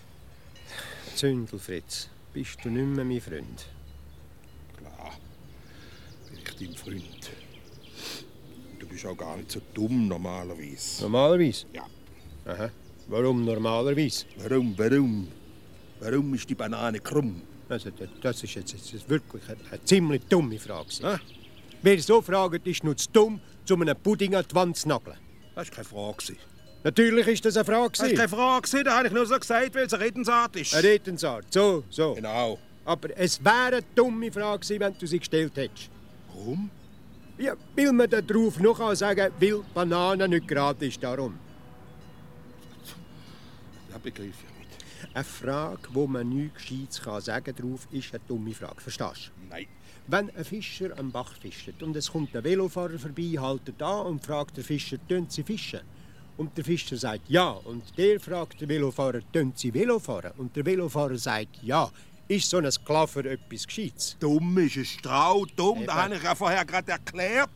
Speaker 2: Zündelfritz, bist du nicht mehr mein Freund?
Speaker 1: Klar, bin ich dein Freund. Du bist auch gar nicht so dumm normalerweise.
Speaker 2: Normalerweise?
Speaker 1: Ja.
Speaker 2: Aha. Warum normalerweise?
Speaker 1: Warum, warum? Warum ist die Banane krumm?
Speaker 2: Also, d- das ist jetzt, jetzt jetzt wirklich eine, eine ziemlich dumme Frage. gewesen.
Speaker 1: Ah.
Speaker 2: Wer so fragt, ist nur zu dumm, um einen Pudding an die Wand zu nageln.
Speaker 1: Das war keine Frage.
Speaker 2: Natürlich ist das eine Frage.
Speaker 1: Das war
Speaker 2: gewesen.
Speaker 1: keine Frage, da habe ich nur so gesagt, weil es eine Redensart ist.
Speaker 2: Eine Redensart. So, so.
Speaker 1: Genau.
Speaker 2: Aber es wäre eine dumme Frage gewesen, wenn du sie gestellt hättest.
Speaker 1: Warum?
Speaker 2: Ja, weil man da drauf noch kann sagen weil Banane nicht gerade ist, darum.
Speaker 1: Das begreife ich nicht.
Speaker 2: Eine Frage, wo man nichts Gescheites kann sagen drauf, ist eine dumme Frage. Verstehst du?
Speaker 1: Nein.
Speaker 2: Wenn ein Fischer am Bach fischt und es kommt ein Velofahrer vorbei, haltet an und fragt der Fischer, tönt sie fischen? Und der Fischer sagt ja. Und der fragt den Velofahrer, tönt sie Velofahren? Und der Velofahrer sagt ja. Ist so ein Sklaver etwas Gescheites?
Speaker 1: Dumm ist ein Strau, dumm,
Speaker 2: Eben.
Speaker 1: das habe ich ja vorher gerade erklärt.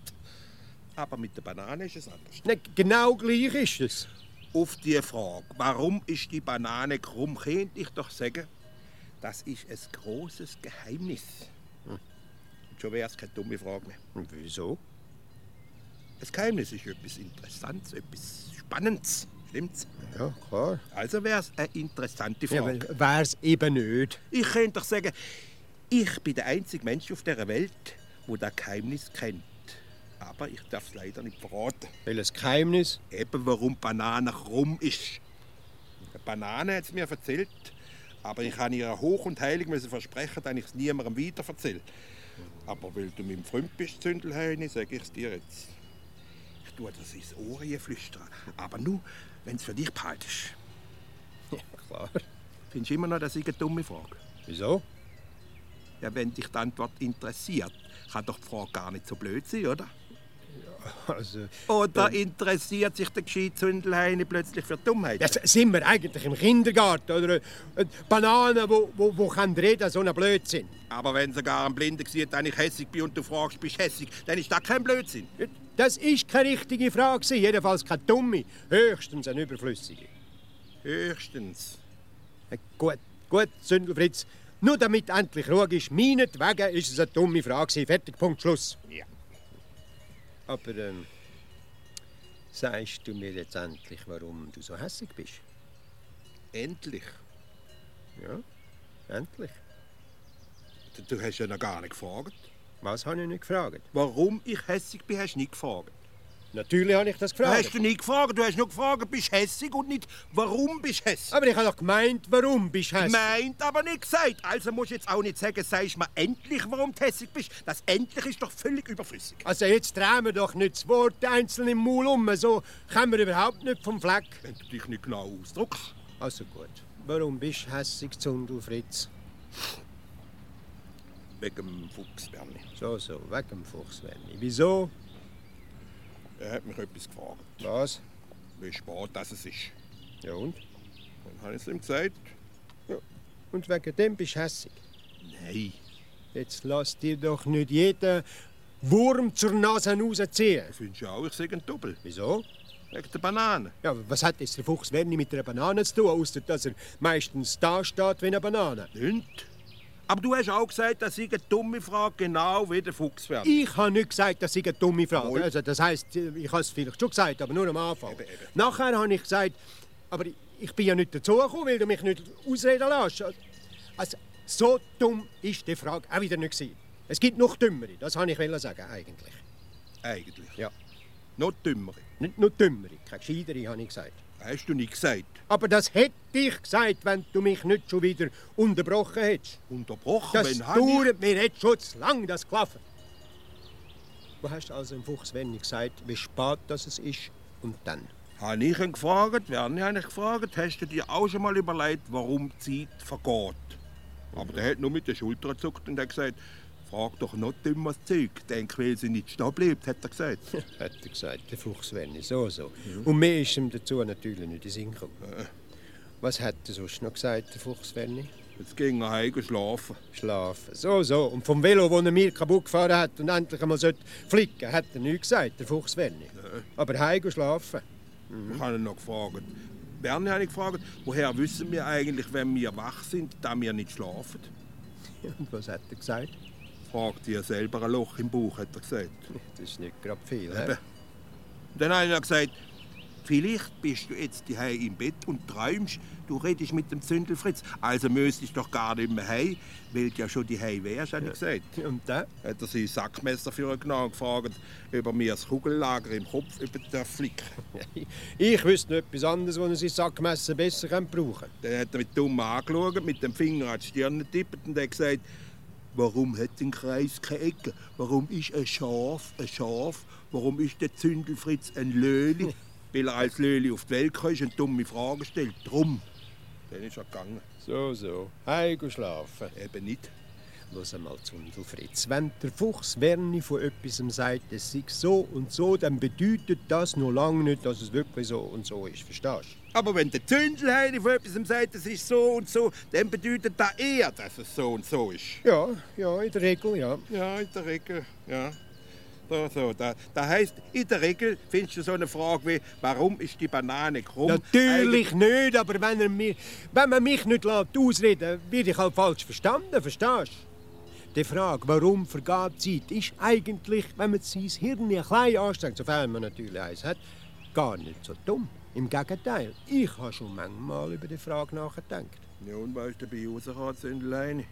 Speaker 1: Aber mit der Banane ist es anders.
Speaker 2: Nicht genau gleich ist es.
Speaker 1: Auf die Frage, warum ist die Banane krumm, könnte ich doch sagen, das ist ein großes Geheimnis.
Speaker 2: Hm.
Speaker 1: Und schon wäre es keine dumme Frage mehr.
Speaker 2: Und wieso?
Speaker 1: Das Geheimnis ist etwas Interessantes, etwas Spannendes. Stimmt's?
Speaker 2: Ja, klar.
Speaker 1: Also wäre es eine interessante
Speaker 2: Ja,
Speaker 1: Frage.
Speaker 2: aber wär's eben nicht.
Speaker 1: ich könnte doch sagen, ich bin der einzige Mensch auf der Welt, wo das Geheimnis kennt. Aber ich darf es leider nicht verraten.
Speaker 2: Welches Geheimnis?
Speaker 1: Eben warum Banane krumm ist. Die Banane hat es mir erzählt, aber ich habe ihr hoch und heilig müssen versprechen, dass ich es niemandem weiter erzähle. Aber weil du mein Freund bist, Zündelheini, sage ich es dir jetzt. Ich tue das ins Ohr flüstern, aber nur, wenn es für dich behaltest.
Speaker 2: Klar.
Speaker 1: Findest du immer noch, das ist eine dumme Frage?
Speaker 2: Wieso?
Speaker 1: Ja, wenn dich die Antwort interessiert, kann doch die Frage gar nicht so blöd sein, oder?
Speaker 2: Also,
Speaker 1: Oder interessiert sich der gescheite Zündelheini plötzlich für Dummheit?
Speaker 2: jetzt sind wir eigentlich im Kindergarten, oder? Äh, Bananen, wo, wo, wo kann reden, so ein Blödsinn.
Speaker 1: Aber wenn sogar ein Blinder sieht, dass ich hässig bin und du fragst, bist du hässig, dann ist das kein Blödsinn.
Speaker 2: Das ist keine richtige Frage, gewesen, jedenfalls keine dumme, höchstens eine überflüssige.
Speaker 1: Höchstens.
Speaker 2: Äh, Gut, gut, Sündelfritz. Nur damit endlich Ruhe ist, meinetwegen ist es eine dumme Frage. gewesen. Fertig, Punkt, Schluss.
Speaker 1: Ja.
Speaker 2: Aber ähm, sagst du mir jetzt endlich, warum du so hässig bist?
Speaker 1: Endlich.
Speaker 2: Ja, endlich.
Speaker 1: Du- Du hast ja noch gar nicht gefragt.
Speaker 2: Was habe ich nicht gefragt?
Speaker 1: Warum ich hässig bin, hast du nicht gefragt.
Speaker 2: Natürlich habe ich das
Speaker 1: Hast
Speaker 2: gefragt.
Speaker 1: du nicht gefragt. Du hast nur gefragt, bist du hässig und nicht, warum bist du hässig.
Speaker 2: Aber ich habe doch gemeint, warum bist du hässlich?
Speaker 1: Meint aber nicht gesagt. Also musst du jetzt auch nicht sagen, sagst mir endlich, warum du hässig bist. Das endlich ist doch völlig überflüssig.
Speaker 2: Also jetzt drehen wir doch nicht das Wort einzeln im Maul um. So kommen wir überhaupt nicht vom Fleck.
Speaker 1: Wenn du dich nicht genau ausdrückst.
Speaker 2: Also gut. Warum bist du hässig, Zundelfritz?
Speaker 1: Wegen dem Fuchsbärni.
Speaker 2: So, so, weg dem Fuchswärme. Wieso?
Speaker 1: Er hat mich etwas gefragt.
Speaker 2: Was?
Speaker 1: Wie spät das es ist.
Speaker 2: Ja und?
Speaker 1: Dann habe ich es ihm gesagt.
Speaker 2: Und wegen dem bist du hässig.
Speaker 1: Nein.
Speaker 2: Jetzt lass dir doch nicht jeden Wurm zur Nase rausziehen.
Speaker 1: Findest du auch, ich sage ein Doppel.
Speaker 2: Wieso?
Speaker 1: Wegen der Banane.
Speaker 2: Ja, aber was hat jetzt der Fuchswärme mit einer Banane zu tun, außer dass er meistens da steht wie eine Banane?
Speaker 1: Nicht? Aber du hast auch gesagt, das sei eine dumme Frage, genau wie der Fuchs werden.
Speaker 2: Ich habe nicht gesagt, das sei eine dumme
Speaker 1: Wohl.
Speaker 2: Frage. Also, das heisst, ich habe es vielleicht schon gesagt, aber nur am Anfang. Nachher habe ich gesagt, aber ich- ich bin ja nicht dazugekommen, weil du mich nicht ausreden lässt. Also, so dumm ist die Frage auch wieder nicht gewesen. Es gibt noch dümmere, das wollte ich wollen sagen, eigentlich.
Speaker 1: Eigentlich.
Speaker 2: Ja.
Speaker 1: Noch dümmer.
Speaker 2: Nicht nur dümmere, keine gescheidere, habe ich gesagt.
Speaker 1: Hast du nicht gesagt.
Speaker 2: Aber das hätte ich gesagt, wenn du mich nicht schon wieder unterbrochen hättest.
Speaker 1: Unterbrochen,
Speaker 2: Das
Speaker 1: wenn habe ich...
Speaker 2: dauert mir jetzt schon zu lang, das Klaffen. Du hast also dem Fuchs wenn ich gesagt, wie spät das es ist und dann.
Speaker 1: Habe ich ihn gefragt, Werni habe ich gefragt, hast du dir auch schon mal überlegt, warum die Zeit vergeht? Aber der hat nur mit der Schulter gezuckt und hat gesagt, frag doch noch dümmes Zeug. Denk, weil sie nicht stehen bleibt, hat er gesagt.
Speaker 2: Hat er gesagt, der Fuchs wenn ich so so. Und mir ist ihm dazu natürlich nicht in den Sinn gekommen. Was hat er sonst noch gesagt, der Fuchs wenn ich?
Speaker 1: Jetzt ging er heim schlafen.
Speaker 2: Schlafen, so so. Und vom Velo, das er mir kaputt gefahren hat und endlich einmal sollte flicken, hat er nichts gesagt, der Fuchs wenn ich. Aber heim gehen schlafen.
Speaker 1: Ich habe ihn noch gefragt. Werni habe ich gefragt, woher wissen wir eigentlich, wenn wir wach sind, da wir nicht schlafen?
Speaker 2: Und was hat er gesagt?
Speaker 1: Fragt ihr selber ein Loch im Bauch, hat er gesagt.
Speaker 2: Das ist nicht gerade viel. hä?
Speaker 1: Dann habe ich noch gesagt, vielleicht bist du jetzt hei im Bett und träumst, du redest mit dem Zündelfritz. Also müsstest du doch gar nicht mehr hei, weil du ja schon hei wärst, habe ich gesagt.
Speaker 2: Und dann?
Speaker 1: Hat er sein Sackmesser für ihn genommen und gefragt, ob er mir das Kugellager im Kopf über den Flick.
Speaker 2: Ich wüsste noch etwas anderes, wo er sein Sackmesser besser brauchen könnte.
Speaker 1: Dann hat er mich dumm angeschaut, mit dem Finger an die Stirn getippt und hat gesagt, warum hat ein Kreis keine Ecke? Warum ist ein Schaf ein Schaf? Warum ist der Zündelfritz ein Löli? Weil er als Löli auf die Welt kam und dumme Fragen stellt. Drum. Dann ist er gegangen.
Speaker 2: So, so. Heim schlafen.
Speaker 1: Eben nicht.
Speaker 2: Los einmal, Zundelfritz. Wenn der Fuchs Werni von etwas sagt, es sei so und so, dann bedeutet das noch lange nicht, dass es wirklich so und so ist. Verstehst du?
Speaker 1: Aber wenn der Zündelheini von etwas sagt, es ist so und so, dann bedeutet das eher, dass es so und so ist.
Speaker 2: Ja, ja, in der Regel, ja.
Speaker 1: Ja, in der Regel, ja. So, so, da, da heißt, in der Regel findest du so eine Frage wie, warum ist die Banane krumm?
Speaker 2: Natürlich nicht, aber wenn, er mir, wenn man mich nicht lässt ausreden werde ich halt falsch verstanden, verstehst du? Die Frage, warum vergeht die Zeit, ist eigentlich, wenn man sein Hirn ein klein anstrengt, sofern man natürlich eins hat, gar nicht so dumm. Im Gegenteil, ich habe schon manchmal über die Frage nachgedacht.
Speaker 1: Eigentlich- Ja, und was ist dabei rausgekommen, Zündlein?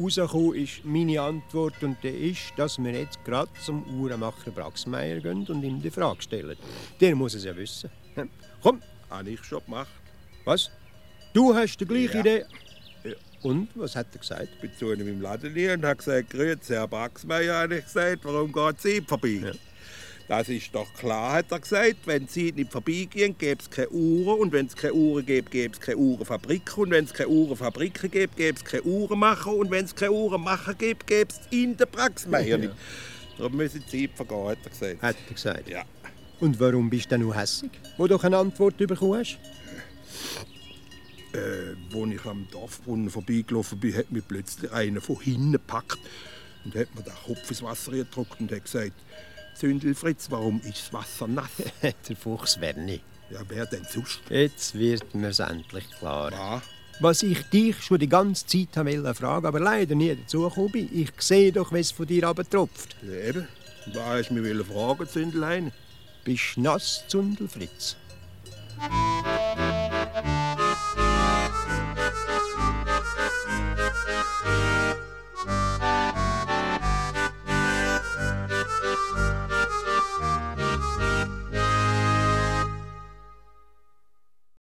Speaker 2: Rausgekommen ist meine Antwort und die ist, dass wir jetzt gerade zum Uhrenmacher Braxmeier gehen und ihm die Frage stellen. Der muss es ja wissen. Komm,
Speaker 1: Habe ich schon gemacht.
Speaker 2: was? Du hast die gleiche
Speaker 1: Ja.
Speaker 2: Idee. Ja, Und, was hat er gesagt?
Speaker 1: Ich bin zu einem im Laden hier und habe gesagt, grüezi, Herr Baxmeier, habe ich gesagt, warum geht die Zeit vorbei? Das ist doch klar, hat er gesagt. Wenn die Zeit nicht vorbeigehen, gäbe es keine Uhren. Und wenn es keine Uhren gäbe, gäbe es keine Uhrenfabriken. Und wenn es keine Uhrenfabriken gäbe, gäbe es keine Uhrenmacher. Und wenn es keine Uhrenmacher gäbe, gäbe es in der Baxmeier nicht. Darum müsse die Zeit vergehen, hat er gesagt.
Speaker 2: Hat er gesagt.
Speaker 1: Ja.
Speaker 2: Und warum bist du denn noch hässig, wo du keine Antwort bekommen [laughs] hast?
Speaker 1: Als ich am Dorfbrunnen vorbeigelaufen bin, hat mich plötzlich einer von hinten gepackt und hat mir den Kopf ins Wasser gedrückt und hat gesagt, Zündelfritz, warum ist das Wasser nass?
Speaker 2: Der Fuchs Werni.
Speaker 1: ja, wer denn sonst?
Speaker 2: Jetzt wird mir's endlich klar.
Speaker 1: Ah,
Speaker 2: Was ich dich schon die ganze Zeit haben wollte fragen, aber leider nie dazu gekommen bin. Ich sehe doch, was von dir abtropft.
Speaker 1: ja, eben. Was hast du mich wollen fragen, Zündelein?
Speaker 2: Bist du nass, Zundelfritz?